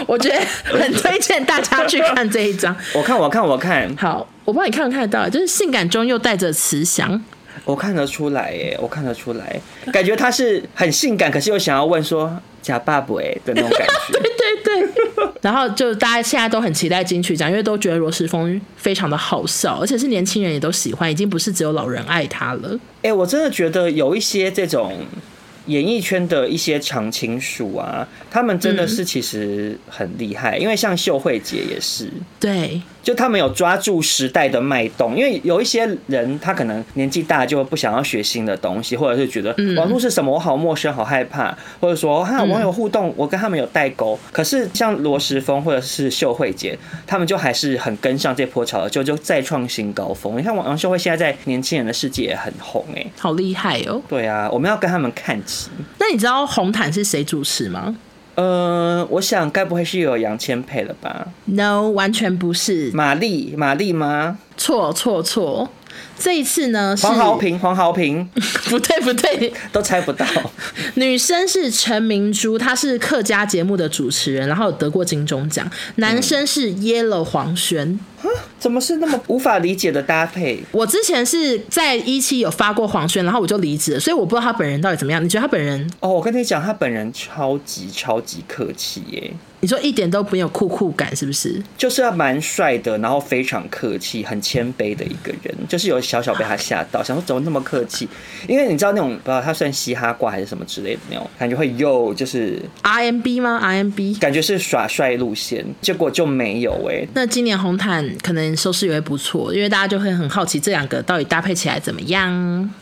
我觉得很推荐大家去看这一张。
我看我看我看，
好，我不知道你看不看得到，就是性感中又带着慈祥。
我看得出来哎、我看得出来，感觉他是很性感，可是又想要问说假爸爸哎的那种感觉。
对对， 然后就大家现在都很期待金曲奖，因为都觉得罗时丰非常的好笑，而且是年轻人也都喜欢，已经不是只有老人爱他了。
哎、我真的觉得有一些这种演艺圈的一些常青树啊，他们真的是其实很厉害，因为像秀慧姐也是。
对，
就他们有抓住时代的脉动，因为有一些人他可能年纪大就不想要学新的东西，或者是觉得网络是什么我好陌生好害怕，或者说哈网友互动我跟他们有代沟。可是像罗时丰或者是秀慧姐，他们就还是很跟上这波潮流，就就再创新高峰。你看王王秀慧现在在年轻人的世界也很红哎、
好厉害哦！
对啊，我们要跟他们看齐。
那你知道红毯是谁主持吗
呃，我想该不会是有杨千霈了吧？
？No，完全不是，
玛丽，玛丽吗？
错错错。这一次呢是
黄豪平，黄豪平
不对不对，
都猜不到。
女生是陈明珠，她是客家节目的主持人，然后有得过金钟奖。男生是 Yellow 黄轩，
怎么是那么无法理解的搭配？
我之前是在一期有发过黄轩，然后我就离职了，所以我不知道他本人到底怎么样。你觉得他本人，
哦，我跟你讲，他本人超级超级客气耶，
你说一点都没有酷酷感，是不是？
就是要蛮帅的，然后非常客气，很谦卑的一个人，就是有小小被他吓到，想说怎么那么客气？因为你知道那种，不知道他算嘻哈挂还是什么之类的那种，感觉会又就是。
RMB 吗？RMB。
感觉是耍帅路线，结果就没有哎、
那今年红毯可能收视也会不错，因为大家就会很好奇这两个到底搭配起来怎么样。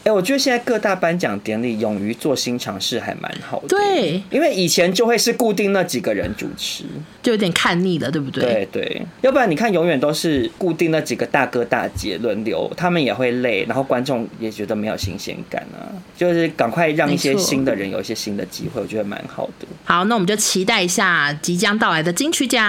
哎、我觉得现在各大颁奖典礼勇于做新尝试还蛮好的。，
对，
因为以前就会是固定那几个人主持。
就有点看腻了，对不对？
对对，要不然你看永远都是固定那几个大哥大姐轮流，他们也会累，然后观众也觉得没有新鲜感啊。就是赶快让一些
没错
新的人有一些新的机会，我觉得蛮好的。
好，那我们就期待一下即将到来的金曲奖。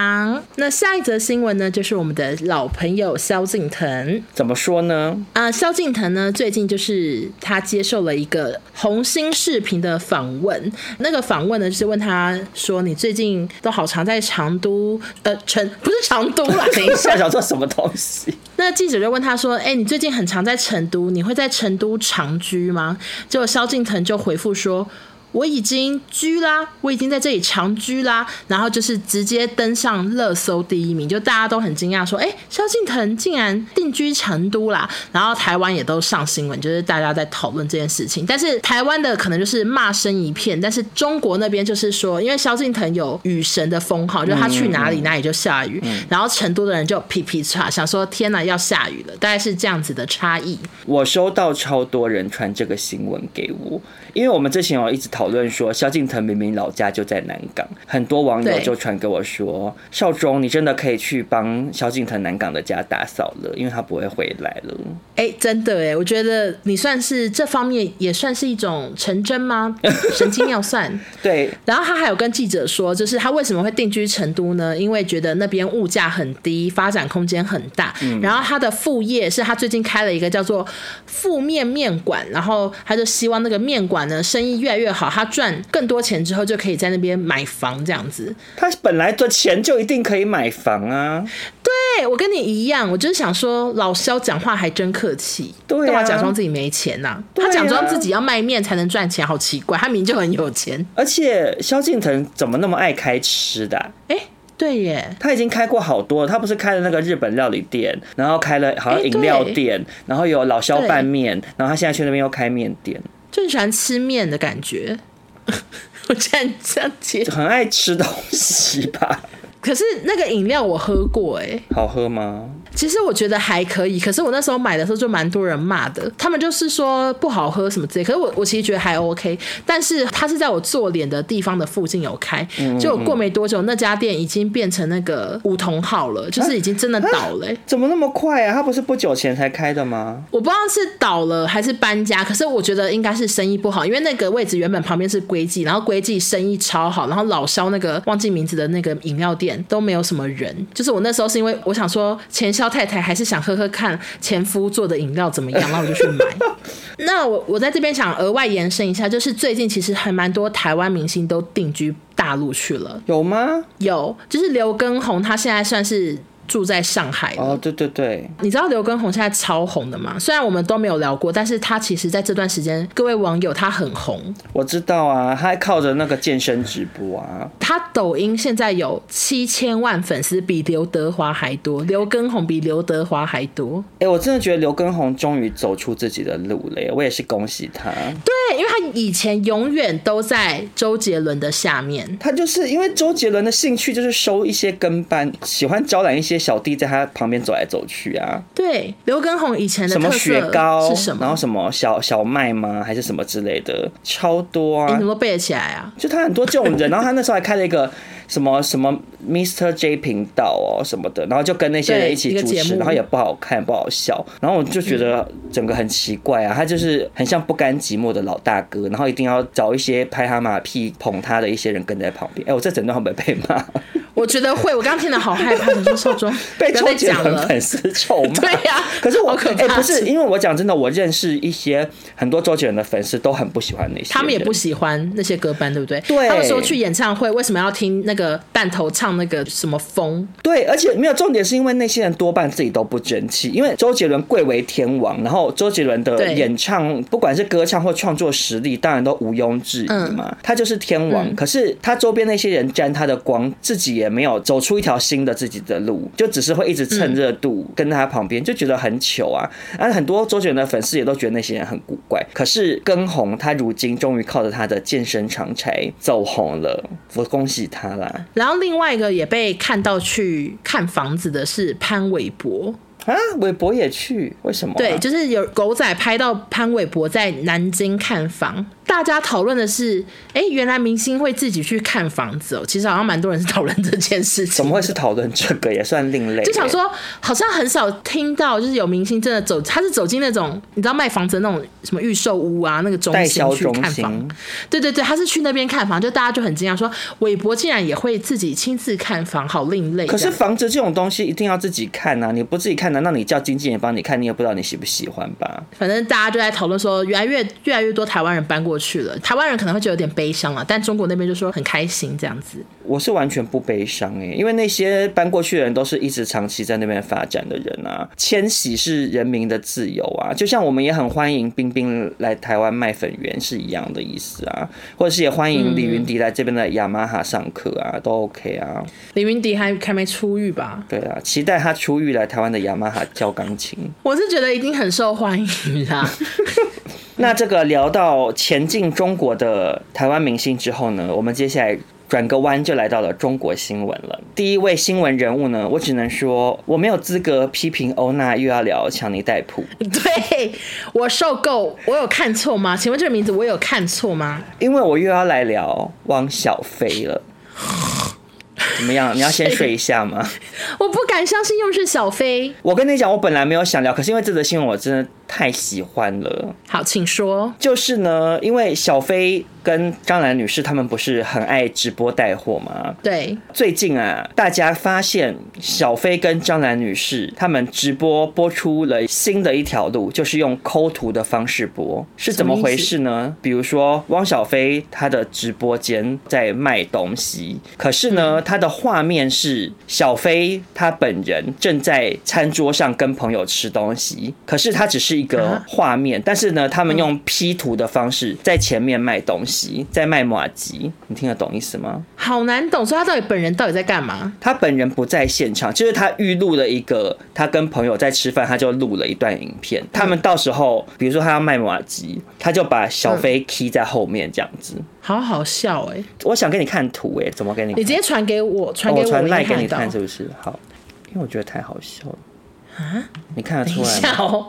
那下一则新闻呢，就是我们的老朋友萧敬腾。
怎么说呢？
啊、萧敬腾呢，最近就是他接受了一个红星视频的访问，那个访问呢，就是问他说：“你最近都好常在长都，呃，成不是长都啦，等一下。
下想做什么东西？”
那记者就问他说：“哎、你最近很常在成都，你会在成都长居吗？”结果萧敬腾就回复说。我已经居啦，我已经在这里长居啦，然后就是直接登上热搜第一名，就大家都很惊讶说，哎，萧敬腾竟然定居成都啦，然后台湾也都上新闻，就是大家在讨论这件事情，但是台湾的可能就是骂声一片，但是中国那边就是说，因为萧敬腾有雨神的封号，就是他去哪里哪里就下雨，然后成都的人就噼噼嚓想说天哪要下雨了，大概是这样子的差异。
我收到超多人传这个新闻给我，因为我们之前有一直讨论说，萧敬腾明明老家就在南港，很多网友
对
就传给我说，少中你真的可以去帮萧敬腾南港的家打扫了，因为他不会回来了。
哎，真的哎，我觉得你算是这方面也算是一种成真吗？神机妙算。
对，
然后他还有跟记者说，就是他为什么会定居成都呢？因为觉得那边物价很低，发展空间很大。然后他的副业是他最近开了一个叫做“负面面馆”，然后他就希望那个面馆呢生意越来越好，他赚更多钱之后就可以在那边买房这样子。
他本来的钱就一定可以买房啊。
对，我跟你一样，我就是想说，老萧讲话还真客气，
对啊
干嘛假装自己没钱呐、
对啊
他假装自己要卖面才能赚钱，好奇怪，他明明就很有钱。
而且萧敬腾怎么那么爱开吃的啊、
哎，对耶，
他已经开过好多了，他不是开了那个日本料理店，然后开了好像
哎
饮料店，然后有老萧拌面，然后他现在去那边又开面店，
就很喜欢吃面的感觉。 我竟然这样接，
很爱吃东西吧？
可是那个饮料我喝过哎、
好喝吗？
其实我觉得还可以，可是我那时候买的时候就蛮多人骂的，他们就是说不好喝什么之类。可是我我其实觉得还 OK，但是它是在我做脸的地方的附近有开，就我过没多久那家店已经变成那个梧桐号了，就是已经真的倒了欸、
怎么那么快啊？他不是不久前才开的吗？
我不知道是倒了还是搬家，可是我觉得应该是生意不好，因为那个位置原本旁边是归记，然后归记生意超好，然后老肖那个忘记名字的那个饮料店都没有什么人。就是我那时候是因为我想说前肖太太还是想喝喝看前夫做的饮料怎么样，然后我就去买。那我我在这边想额外延伸一下，就是最近其实还蛮多台湾明星都定居大陆去了，
有吗？
有就是刘畊宏，他现在算是住在上海了。
哦，对对对，
你知道刘畊宏现在超红的吗？虽然我们都没有聊过，但是他其实在这段时间，各位网友他很红，
我知道啊，他还靠着那个健身直播啊，
他抖音现在有七千万粉丝，比刘德华还多，刘畊宏比刘德华还多。
哎、我真的觉得刘畊宏终于走出自己的路了耶，我也是恭喜他。
对，因为他以前永远都在周杰伦的下面。
他就是因为周杰伦的兴趣就是收一些跟班，喜欢招揽一些小弟在他旁边走来走去啊，
对，刘畊宏以前的
什么
特
雪
色
糕，
是什
然后
么？
什么小小麦吗，还是什么之类的，超多
哎你
啊
怎！么都背得起来啊？
就他很多这种人，然后他那时候还开了一个什么什么 Mr J 频道哦什么的，然后就跟那些人
对
一起
一个
主
节
持，
目嗯
然后也不好看不好笑，然后我就觉得整个很奇怪啊，他就是很像不甘寂寞的老大哥，然后一定要找一些拍他马屁捧他的一些人跟在旁边，哎、我这整段会不会被 骂？
我觉得会，我刚刚听得好害怕，想说少中
被
不要
周
再
杰
讲
伦
了。
粉丝臭骂。
对呀
可是我
好可怕
哎不是，
是
因为我讲真的，我认识一些很多周杰伦的粉丝都很不喜欢那些人，
他们也不喜欢那些歌班，对不对？
对
他们说去演唱会为什么要听那个弹头唱那个什么风？
对，而且没有重点是因为那些人多半自己都不争气，因为周杰伦贵为天王，然后周杰伦的
对
演唱，不管是歌唱或创作实力，当然都毋庸置疑嘛，他就是天王。可是他周边那些人沾他的光，自己也没有走出一条新的自己的路，就只是会一直蹭热度跟在他旁边，就觉得很糗啊。而很多周杰伦的粉丝也都觉得那些人很古怪。可是根红他如今终于靠着他的健身长才走红了，我恭喜他啦！
然后另外一个也被看到去看房子的是潘玮柏，
啊，韦伯也去，为什么啊、
对，就是有狗仔拍到潘玮柏在南京看房，大家讨论的是，哎、原来明星会自己去看房子哦。其实好像蛮多人是讨论这件事
怎
情
么。会是讨论这个？也算另类耶。
就想说，好像很少听到，就是有明星真的走，他是走进那种你知道卖房子的那种什么预售屋啊，那个中
代
心
销
去
中
看房
心。
对对对，他是去那边看房，就大家就很惊讶说，韦伯竟然也会自己亲自看房，好另类。
可
这
是
样
房子这种东西一定要自己看啊，你不自己看，难道你叫经纪人帮你看，你也不知道你喜不喜欢吧？
反正大家就在讨论说，越来越越来越多台湾人搬过去了，台湾人可能会觉得有点悲伤了，但中国那边就说很开心这样子。
我是完全不悲伤诶、因为那些搬过去的人都是一直长期在那边发展的人啊。迁徙是人民的自由啊，就像我们也很欢迎冰冰来台湾卖粉圆是一样的意思啊，或者是也欢迎李云迪来这边的雅马哈上课啊，都 OK 啊。
李云迪还还没出狱吧？
对啊，期待他出狱来台湾的雅马哈教钢琴。
我是觉得一定很受欢迎啦。
那这个聊到前进中国的台湾明星之后呢，我们接下来。转个弯就来到了中国新闻了。第一位新闻人物呢，我只能说我没有资格批评欧娜，又要聊强尼戴普，
对我受够，我有看错吗？请问这个名字我有看错吗？
因为我又要来聊汪小菲了。怎么样？你要先睡一下吗？
我不敢相信又是小飞。
我跟你讲，我本来没有想聊，可是因为这则新闻我真的太喜欢了。
好，请说。
就是呢，因为小飞跟张兰女士他们不是很爱直播带货吗？
对，
最近啊，大家发现小飞跟张兰女士他们直播播出了新的一条路，就是用抠图的方式播，是怎么回事呢？比如说汪小菲她的直播间在卖东西，可是呢，她的画面是小飞她本人正在餐桌上跟朋友吃东西，可是她只是一个
啊
画面，但是呢，他们用 P 图的方式在前面卖东西，在卖马吉，你听得懂意思吗？
好难懂，所以他到底本人到底在干嘛？
他本人不在现场，就是他预录了一个，他跟朋友在吃饭，他就录了一段影片。
嗯
他们到时候，比如说他要卖马吉，他就把小飞 key 在后面这样子。
好好笑哎、
我想给你看图诶、欸怎么给你看？
你直接传给我，传给
我
我，
哦传
我
赖
应
给
该
你
看
看
得到
是。不是？好，因为我觉得太好笑了
啊！
你看得
等
出
一
来
下
吗？
哦，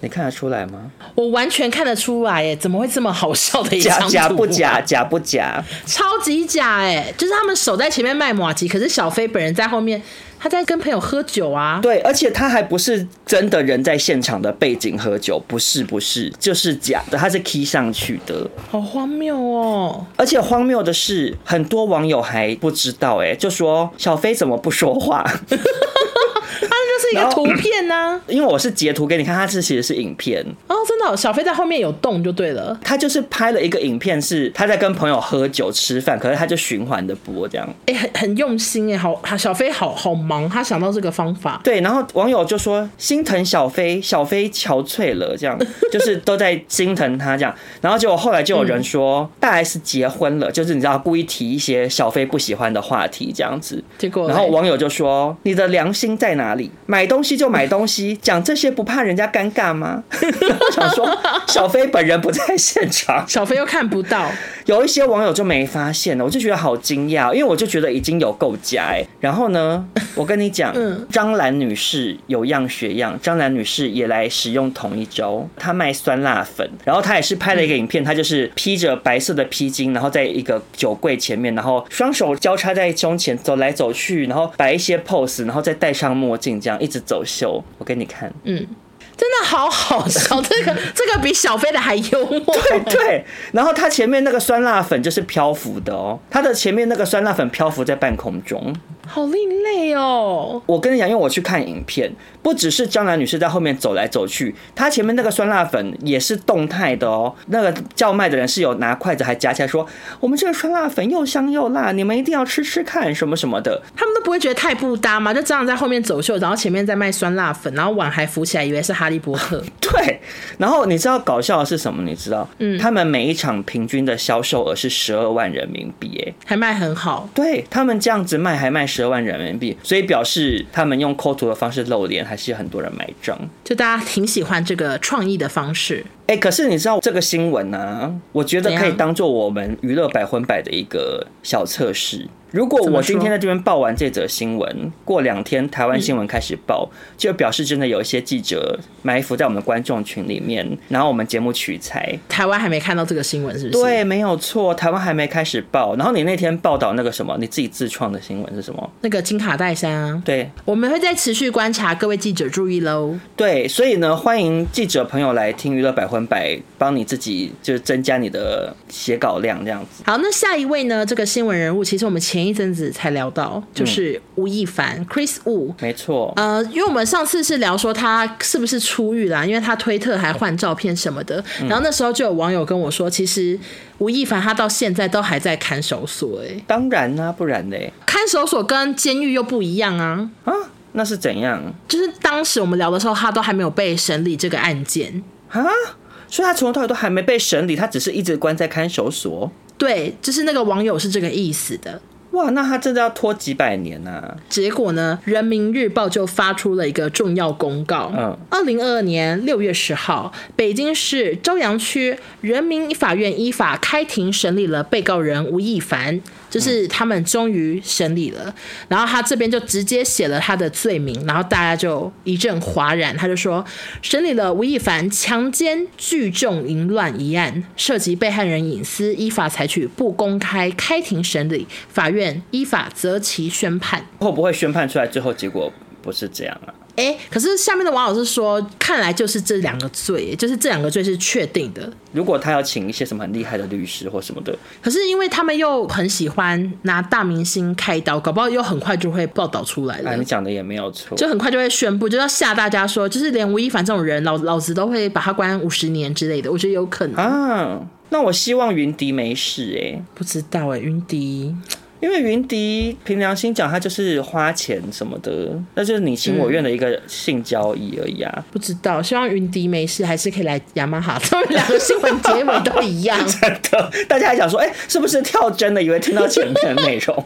你看得出来吗？
我完全看得出来哎，怎么会这么好笑的一张
假
图、啊
假不假？？假不假？
超级假哎！就是他们手在前面卖马吉，可是小飞本人在后面，他在跟朋友喝酒啊。
对，而且他还不是真的人在现场的背景喝酒，不是不是，就是假的，他是 key 上去的。
好荒谬哦！
而且荒谬的是，很多网友还不知道、欸，就说小飞怎么不说话？
它就是一
然
个
后
图片呢、
因为我是截图给你看，它这其实是影片，
哦，真的哦、小飞在后面有动就对了。
他就是拍了一个影片，是他在跟朋友喝酒吃饭，可是他就循环的播这样。
哎、很很用心哎，好，小飞好好忙，他想到这个方法。
对，然后网友就说心疼小飞，小飞憔悴了，这样 就是都在心疼他这样。然后结果后来就有人说、大 S 结婚了，就是你知道故意提一些小飞不喜欢的话题这样子。
结果嘞，
然后网友就说：“你的良心在哪里？买东西就买东西，讲这些不怕人家尴尬吗？”我想说，小飞本人不在现场，
小飞又看不到，
有一些网友就没发现了，我就觉得好惊讶，因为我就觉得已经有够假哎、然后呢，我跟你讲，张兰女士有样学样，张兰女士也来使用同一招，她卖酸辣粉，然后她也是拍了一个影片，她就是披着白色的披巾，然后在一个酒柜前面，然后双手交叉在胸前走来走去，然后摆一些 pose，然后再戴上墨镜，这样一直走秀。我给你看，
真的好好笑。这个这个比小飞的还幽默。
对哦对，然后它前面那个酸辣粉就是漂浮的哦，它的前面那个酸辣粉漂浮在半空中。
好另类哦。
我跟你讲，因为我去看影片，不只是张兰女士在后面走来走去，她前面那个酸辣粉也是动态的哦。那个叫卖的人是有拿筷子还夹起来说：“我们这个酸辣粉又香又辣，你们一定要吃吃看，什么什么的。
他们都不会觉得太不搭吗？就这样在后面走秀，然后前面在卖酸辣粉，然后碗还浮起来，以为是哈利波特。”
对，然后你知道搞笑的是什么？你知道，嗯，他们每一场平均的销售额是十二万人民币，诶。
还卖很好。
对他们这样子卖还卖十二万人民币，所以表示他们用抠图的方式露脸，还是有很多人买账。
就大家挺喜欢这个创意的方式，
哎、可是你知道这个新闻呢、啊？我觉得可
怎
以
样
当做我们娱乐百分百的一个小测试。如果
怎么
我今
说
天在这边报完这则新闻，过两天台湾新闻开始报，
嗯
就表示真的有一些记者埋伏在我们观众群里面，然后我们节目取材。
台湾还没看到这个新闻，是不是？
对，，没有错，台湾还没开始报。然后你那天报道那个什么，你自己自创的新闻是什么？
那个金卡戴珊啊，
对
我们会再持续观察，各位记者注意喽。
对，所以呢，欢迎记者朋友来听娱乐百分百，帮你自己就是增加你的写稿量这样子。
好，那下一位呢？这个新闻人物，其实我们前一阵子才聊到，就是吴亦凡 Chris Wu。
没错，
呃，因为我们上次是聊说他是不是出狱啦，因为他推特还换照片什么的，然后那时候就有网友跟我说，其实吴亦凡他到现在都还在看守所、欸，
当然啦、不然嘞
看守所跟监狱又不一样啊。
啊，那是怎样
就是当时我们聊的时候，他都还没有被审理这个案件，
啊？所以他从头到尾都还没被审理，他只是一直关在看守所。
对，就是那个网友是这个意思的。
哇，那他真的要拖几百年呐、啊？
结果呢，《人民日报》就发出了一个重要公告。
嗯，
二零二二年六月十号，北京市朝阳区人民法院依法开庭审理了被告人吴亦凡，就是他们终于审理了。然后他这边就直接写了他的罪名，然后大家就一阵哗然。他就说，审理了吴亦凡强奸、聚众淫乱一案，涉及被害人隐私，依法采取不公开开庭审理，法院依法择其宣判。
会不会宣判出来最后结果不是这样啊？
哎，可是下面的网友是说，看来就是这两个罪，就是这两个罪是确定的。
如果他要请一些什么很厉害的律师或什么的，
可是因为他们又很喜欢拿大明星开刀，搞不好又很快就会报道出来了。
啊，你讲的也没有错。
就很快就会宣布，就要吓大家说，就是连吴亦凡这种人，老老子都会把他关五十年之类的。我觉得有可能，
啊，那我希望云迪没事哎、
不知道哎、云迪，
因为云迪凭良心讲，他就是花钱什么的，那就是你情我愿的一个性交易而已啊。
不知道，希望云迪没事，还是可以来雅马哈。他们两个新闻结尾都一 样。
嗯真的，大家还想说，哎、是不是跳针的？以为听到前面的内容。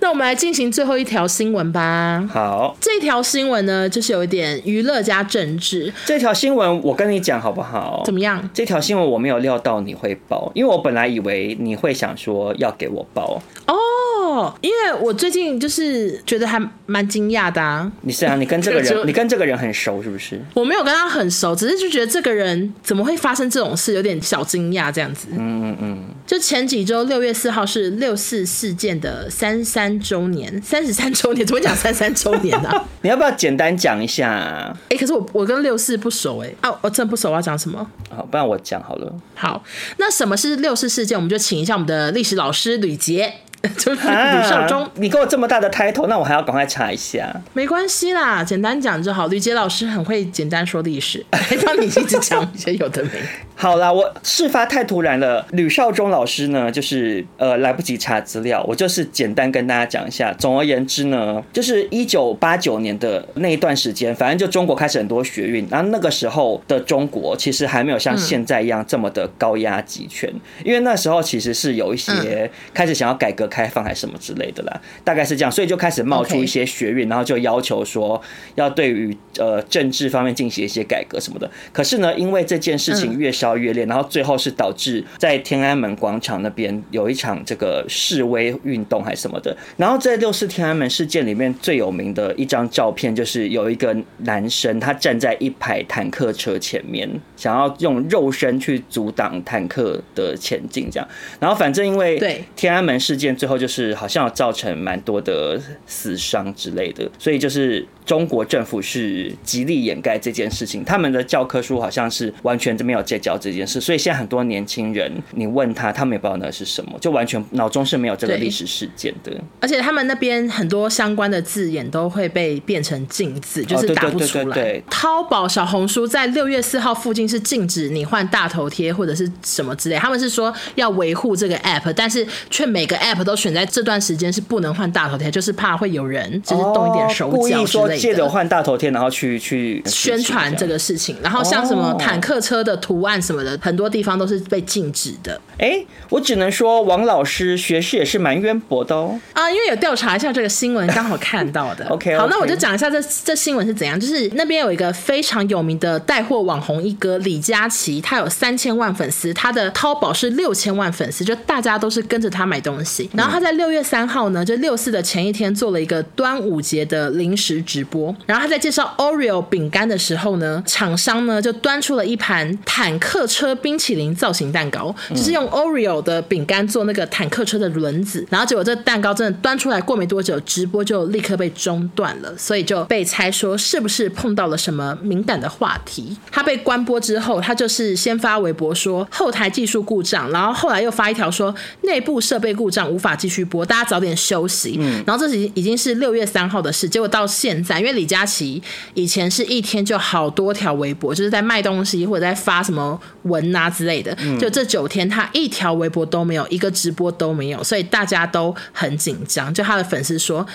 那我们来进行最后一条新闻吧。
好，
这条新闻呢，就是有一点娱乐加政治，
这条新闻我跟你讲好不好？
怎么样？
这条新闻我没有料到你会报，因为我本来以为你会想说要给我报。
哦，因为我最近就是觉得还蛮惊讶的啊，
你是啊，你跟这个
这个就
人，你跟这个人很熟是不是？
我没有跟他很熟，只是就觉得这个人怎么会发生这种事，有点小惊讶这样子。
嗯嗯嗯，
就前几周，六月四号是六四事件的三三周年，三十三周年，怎么会讲三三周年呢、 啊？
你要不要简单讲一下啊？
哎、可是我我跟六四不熟哎、啊，我真的不熟，我要讲什么？
好，不然我讲好 了。
好，那什么是六四事件？我们就请一下我们的历史老师吕杰， 就是吕少忠。
啊你给我这么大的 title，那我还要赶快查一下。
没关系啦，简单讲就好。吕杰老师很会简单说历史， 还让你一直讲一些有的没。
好啦，我事发太突然了。吕少忠老师呢，就是呃来不及查资料，我就是简单跟大家讲一下。总而言之呢，就是一九八九年的那一段时间，反正就中国开始很多学运，然后那个时候的中国其实还没有像现在一样这么的高压集权，因为那时候其实是有一些开始想要改革开放还是什么之类的啦，大概是这样，所以就开始冒出
OK
一些学运，然后就要求说要对于呃政治方面进行一些改革什么的。可是呢，因为这件事情
嗯
越烧越烈，然后最后是导致在天安门广场那边有一场这个示威运动还是什么的。然后在六四天安门事件里面最有名的一张照片，就是有一个男生他站在一排坦克车前面，想要用肉身去阻挡坦克的前进，这样。然后反正因为
对
天安门事件最后就是好像有造成蛮多的死伤之类的，所以就是中国政府是极力掩盖这件事情，他们的教科书好像是完全没有介绍这件事，所以现在很多年轻人你问他，他们也不知道那是什么，就完全脑中是没有这个
对
历史事件的。
而且他们那边很多相关的字眼都会被变成禁字，就是
对
打不
哦对对
出来。
对对
淘宝、小红书在六月四号附近是禁止你换大头贴或者是什么之类，他们是说要维护这个 app，但是却每个 app 都选在这段时间是不能换大头贴，就是怕会有人就是动一点手
哦故
脚
意
之
说
类
借
的
着。换大头贴，然后去去
宣传这
样
个事情，然后像什么
哦
坦克车的图案什么的，很多地方都是被禁止的。
哎，我只能说王老师学识也是蛮渊博的哦。
啊，因为有调查一下这个新闻，刚好看到的。
OK，OK
好，那我就讲一下这这新闻是怎样。就是那边有一个非常有名的带货网红一哥李佳琦，他有三千万粉丝，他的淘宝是六千万粉丝，就大家都是跟着他买东西。然后他在六月三号呢，就六四的前一天做了一个端午节的零食直播。然后他在介绍 Oreo 饼干的时候呢，厂商呢就端出了一盘坦克车冰淇淋造型蛋糕，就是用 Oreo 的饼干做那个坦克车的轮子。然后结果这蛋糕真的端出来过没多久，直播就立刻被中断了，所以就被猜说是不是碰到了什么敏感的话题。他被关播之后，他就是先发微博说后台技术故障，然后后来又发一条说内部设备故障无法继续播，大家早点休息。然后这已已经是六月三号的事，结果到现在，因为李佳琦以前是一天就好多条微博，就是在卖东西或者在发什么文啊之类的，就这九天他一条微博都没有，一个直播都没有，所以大家都很紧张。就他的粉丝说。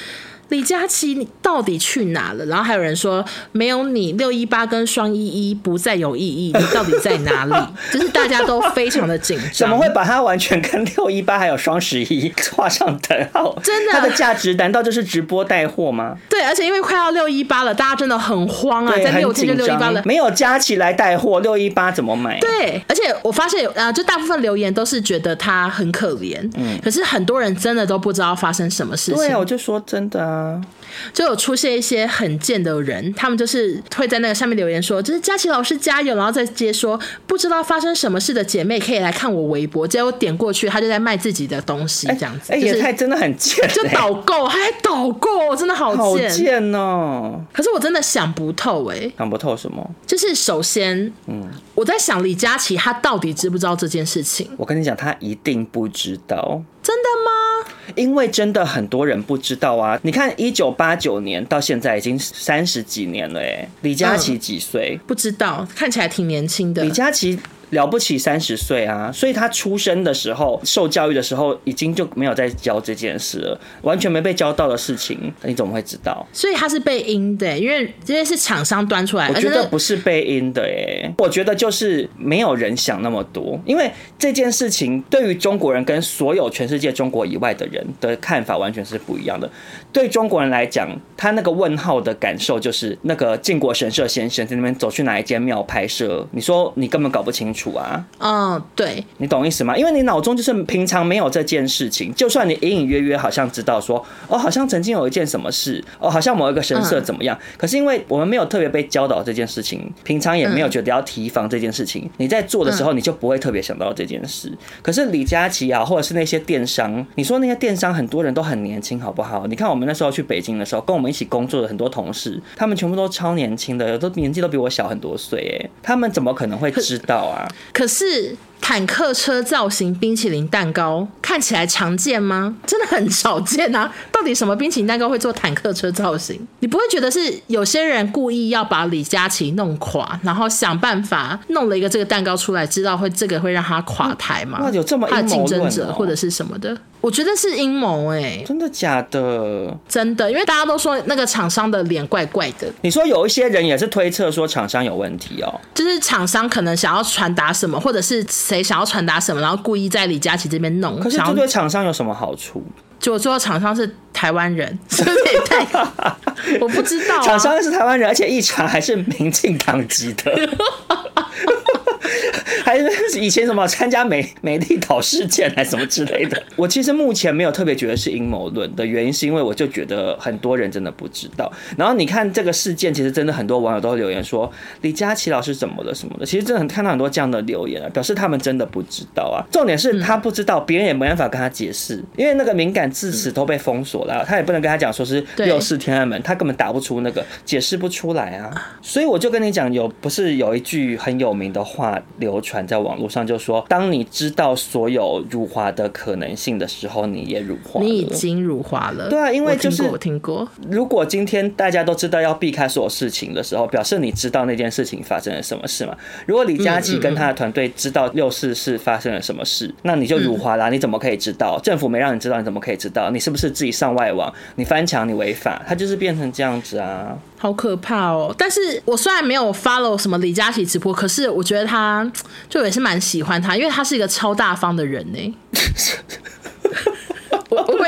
李佳琦，你到底去哪了？然后还有人说，没有你，六一八跟双一一不再有意义，你到底在哪 里？就是大家都非常的紧张。
怎么会把它完全跟六一八还有双十一画上等号？
真的啊
它的价值难道就是直播带货吗？
对，而且因为快要六一八了，大家真的很慌啊，
对，
在六
很
天就六
紧
一八了
张，。没有加起来带货，六一八怎么买？
对，而且我发现，呃，就大部分留言都是觉得他很可怜，
嗯
可是很多人真的都不知道发生什么事
对
情
啊，，我就说真的啊，
就有出现一些很贱的人，他们就是会在那个下面留言说，就是佳琪老师加油，然后再接说不知道发生什么事的姐妹可以来看我微博，结果点过去，他就在卖自己的东西，这样子，
哎、
就
也
是
太真的很贱、欸，
就 导购，还导购，真的好
好
贱。
贱哦，
可是我真的想不透哎、
想不透什么。
就是首先，
嗯
我在想李佳琦他到底知不知道这件事情？
我跟你讲，他一定不知道，啊
真的吗？
因为真的很多人不知道啊。你看，一九八九年到现在已经三十几年了、哎，李佳琦几岁？
不知道，看起来挺年轻的
李。佳琦。了不起三十岁啊，所以他出生的时候、受教育的时候，已经就没有在教这件事了，完全没被教到的事情，你怎么会知道？
所以他是被阴的、因为因为是厂商端出来，
我
而且
觉得
那
不是被阴的诶、我觉得就是没有人想那么多，因为这件事情对于中国人跟所有全世界中国以外的人的看法完全是不一样的。对中国人来讲，他那个问号的感受就是那个靖国神社先生在那边走去哪一间庙拍摄，你说你根本搞不清楚啊。
嗯，对，
你懂意思吗？因为你脑中就是平常没有这件事情，就算你隐隐约约好像知道说，哦，好像曾经有一件什么事，哦，好像某一个神社怎么样，可是因为我们没有特别被教导这件事情，平常也没有觉得要提防这件事情，你在做的时候你就不会特别想到这件事。可是李佳琦啊，或者是那些电商，你说那些电商很多人都很年轻，好不好？你看我们那时候去北京的时候，跟我们一起工作的很多同事，他们全部都超年轻的，都年纪都比我小很多岁，哎，他们怎么可能会知道啊？
可是。坦克车造型冰淇淋蛋糕看起来常见吗？真的很少见啊！到底什么冰淇淋蛋糕会做坦克车造型？你不会觉得是有些人故意要把李佳琦弄垮，然后想办法弄了一个这个蛋糕出来，知道会这个会让他垮台吗？
哇有这么阴
他
谋论
的
哦
竞争者或者是什么的？我觉得是阴谋哎，
真的假的？
真的，因为大家都说那个厂商的脸怪怪的，
你说有一些人也是推测说厂商有问题哦，
就是厂商可能想要传达什么，或者是谁想要传达什么，然后故意在李佳琦这边弄。
可是
想
这
要
对厂商有什么好处？
结果最后厂商是台湾人， 是不是也太……我不知道、啊，
厂商是台湾人，而且一查还是民进党籍的，还是以前什么参加美美丽岛事件还是什么之类的。我其实目前没有特别觉得是阴谋论的原因，是因为我就觉得很多人真的不知道。然后你看这个事件，其实真的很多网友都会留言说李佳琦老师怎么了什么的，其实真的很看到很多这样的留言啊，表示他们真的不知道啊。重点是他不知道，别人也没办法跟他解释，因为那个敏感字词都被封锁了啊，他也不能跟他讲说是
对
六四天安门，他根本打不出那个，解释不出来啊。所以我就跟你讲，有不是有一句很有名的话流传在网络上，就说当你知道所有辱华的可能性的时候，你也辱华了。
你已经辱华了。
对啊因为就是
我听过，我听过
如果今天大家都知道要避开所有事情的时候，表示你知道那件事情发生了什么事嘛？如果李佳琦跟他的团队知道六四是发生了什么事，那你就辱华
嗯
啦！你怎么可以知道？政府没让你知道，你怎么可以知道？你是不是自己上外网？你翻墙，你违法，他就是变成这样子啊！
好可怕哦！但是我虽然没有 follow 什么李佳琦直播，可是我觉得他就也是蛮喜欢他，因为他是一个超大方的人呢。 我我会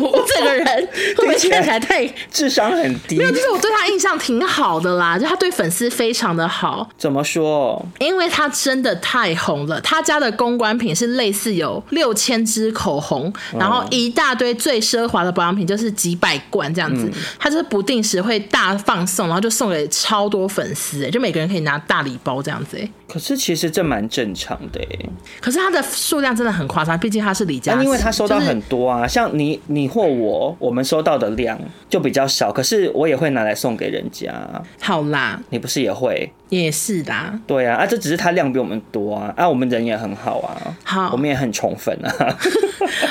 我我这个人会不会看起来太
智商很低
没，有？就是我对他印象挺好的啦，就他对粉丝非常的好，
怎么说？
因为他真的太红了。他家的公关品是类似有六千支口红，
哦
然后一大堆最奢华的保养品，就是几百罐这样
嗯
子。他就是不定时会大放送，然后就送给超多粉丝，哎，就每个人可以拿大礼包这样子，哎。
可是其实这蛮正常的诶、
可是他的数量真的很夸张，毕竟他是李佳
但
琦，
因为他收到
就是
很多啊，像你、你或我，我们收到的量就比较少，可是我也会拿来送给人家。
好啦，
你不是也会？
也是啦。
对啊，啊，这只是他量比我们多啊，啊，我们人也很好啊，
好
我们也很宠粉 啊。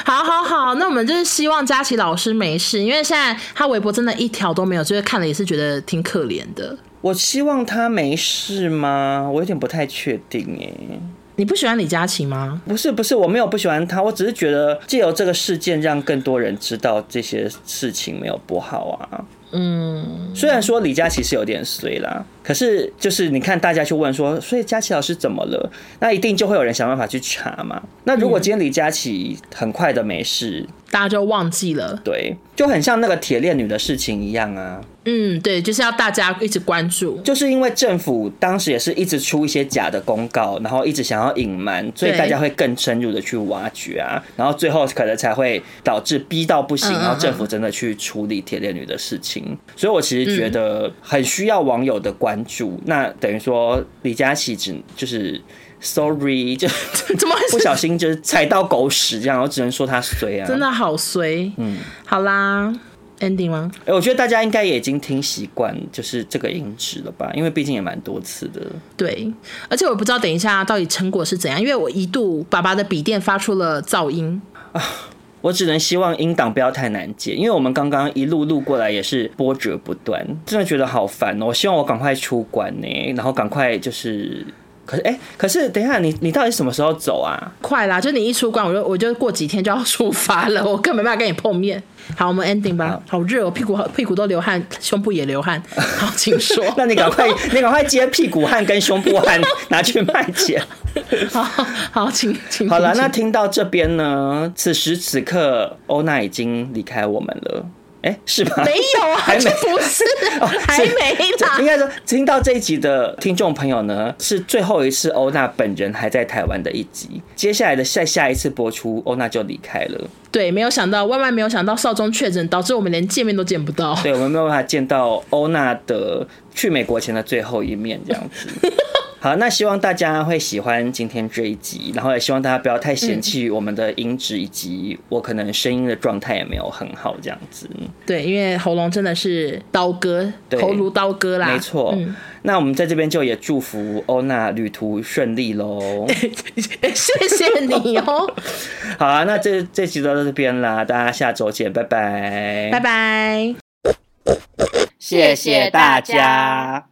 好好好，那我们就是希望佳琪老师没事，因为现在他微博真的一条都没有，就是看了也是觉得挺可怜的。
我希望他没事吗？我有点不太确定诶、
你不喜欢李佳琦吗？
不是不是，我没有不喜欢他，我只是觉得借由这个事件让更多人知道这些事情没有不好啊。嗯，虽然说李佳琦是有点衰啦，可是就是你看大家去问说，所以佳琦老师怎么了？那一定就会有人想办法去查嘛。那如果今天李佳琦很快的没事，
大家就忘记了。
对，就很像那个铁链女的事情一样啊。
嗯，对，就是要大家一直关注。
就是因为政府当时也是一直出一些假的公告，然后一直想要隐瞒，所以
对
大家会更深入的去挖掘啊，然后最后可能才会导致逼到不行，
嗯嗯
然后政府真的去处理铁链女的事情。所以我其实觉得很需要网友的关注。那等于说李佳琦只就是 sorry，就
怎么会是
不小心就是踩到狗屎这样，我只能说他衰啊。
真的好衰？嗯，好啦，ending 吗？
哎，我觉得大家应该也已经听习惯就是这个音质了吧，因为毕竟也蛮多次的。
对，而且我不知道等一下到底成果是怎样，因为我一度爸爸的笔电发出了噪音。
我只能希望音档不要太难解，因为我们刚刚一路录过来也是波折不断，真的觉得好烦哦。我希望我赶快出关呢、然后赶快就是，可是哎、可是等一下你你到底什么时候走啊？
快啦，就你一出关，我就我就过几天就要出发了， 我更没办法跟你碰面。好，我们 ending 吧。好热、哦，屁股好屁股都流汗，胸部也流 汗。好，请说。
那你赶快你赶快接屁股汗跟胸部汗拿去卖钱。
好好，请请
好了，
请
那听到这边呢，此时此刻欧娜已经离开我们了，哎、是吗？
没有啊，
还没哦
这不 是，还没
应
啦。
该说，听到这一集的听众朋友呢，是最后一次欧娜本人还在台湾的一集。接下来的下下一次播出，欧娜就离开了。
对，没有想到，万万没有想到，少中确诊，导致我们连见面都见不到。
对我们没有办法见到欧娜的去美国前的最后一面，这样子。好，那希望大家会喜欢今天这一集，然后也希望大家不要太嫌弃我们的音质，以及我可能声音的状态也没有很好，这样子。
对，因为喉咙真的是刀割，
对
喉如刀割啦。
没错，
嗯，
那我们在这边就也祝福欧娜旅途顺利喽。
谢谢你 哦，
好啊，那这这集就到这边啦，大家下周见，拜拜，
拜拜。
谢谢大家。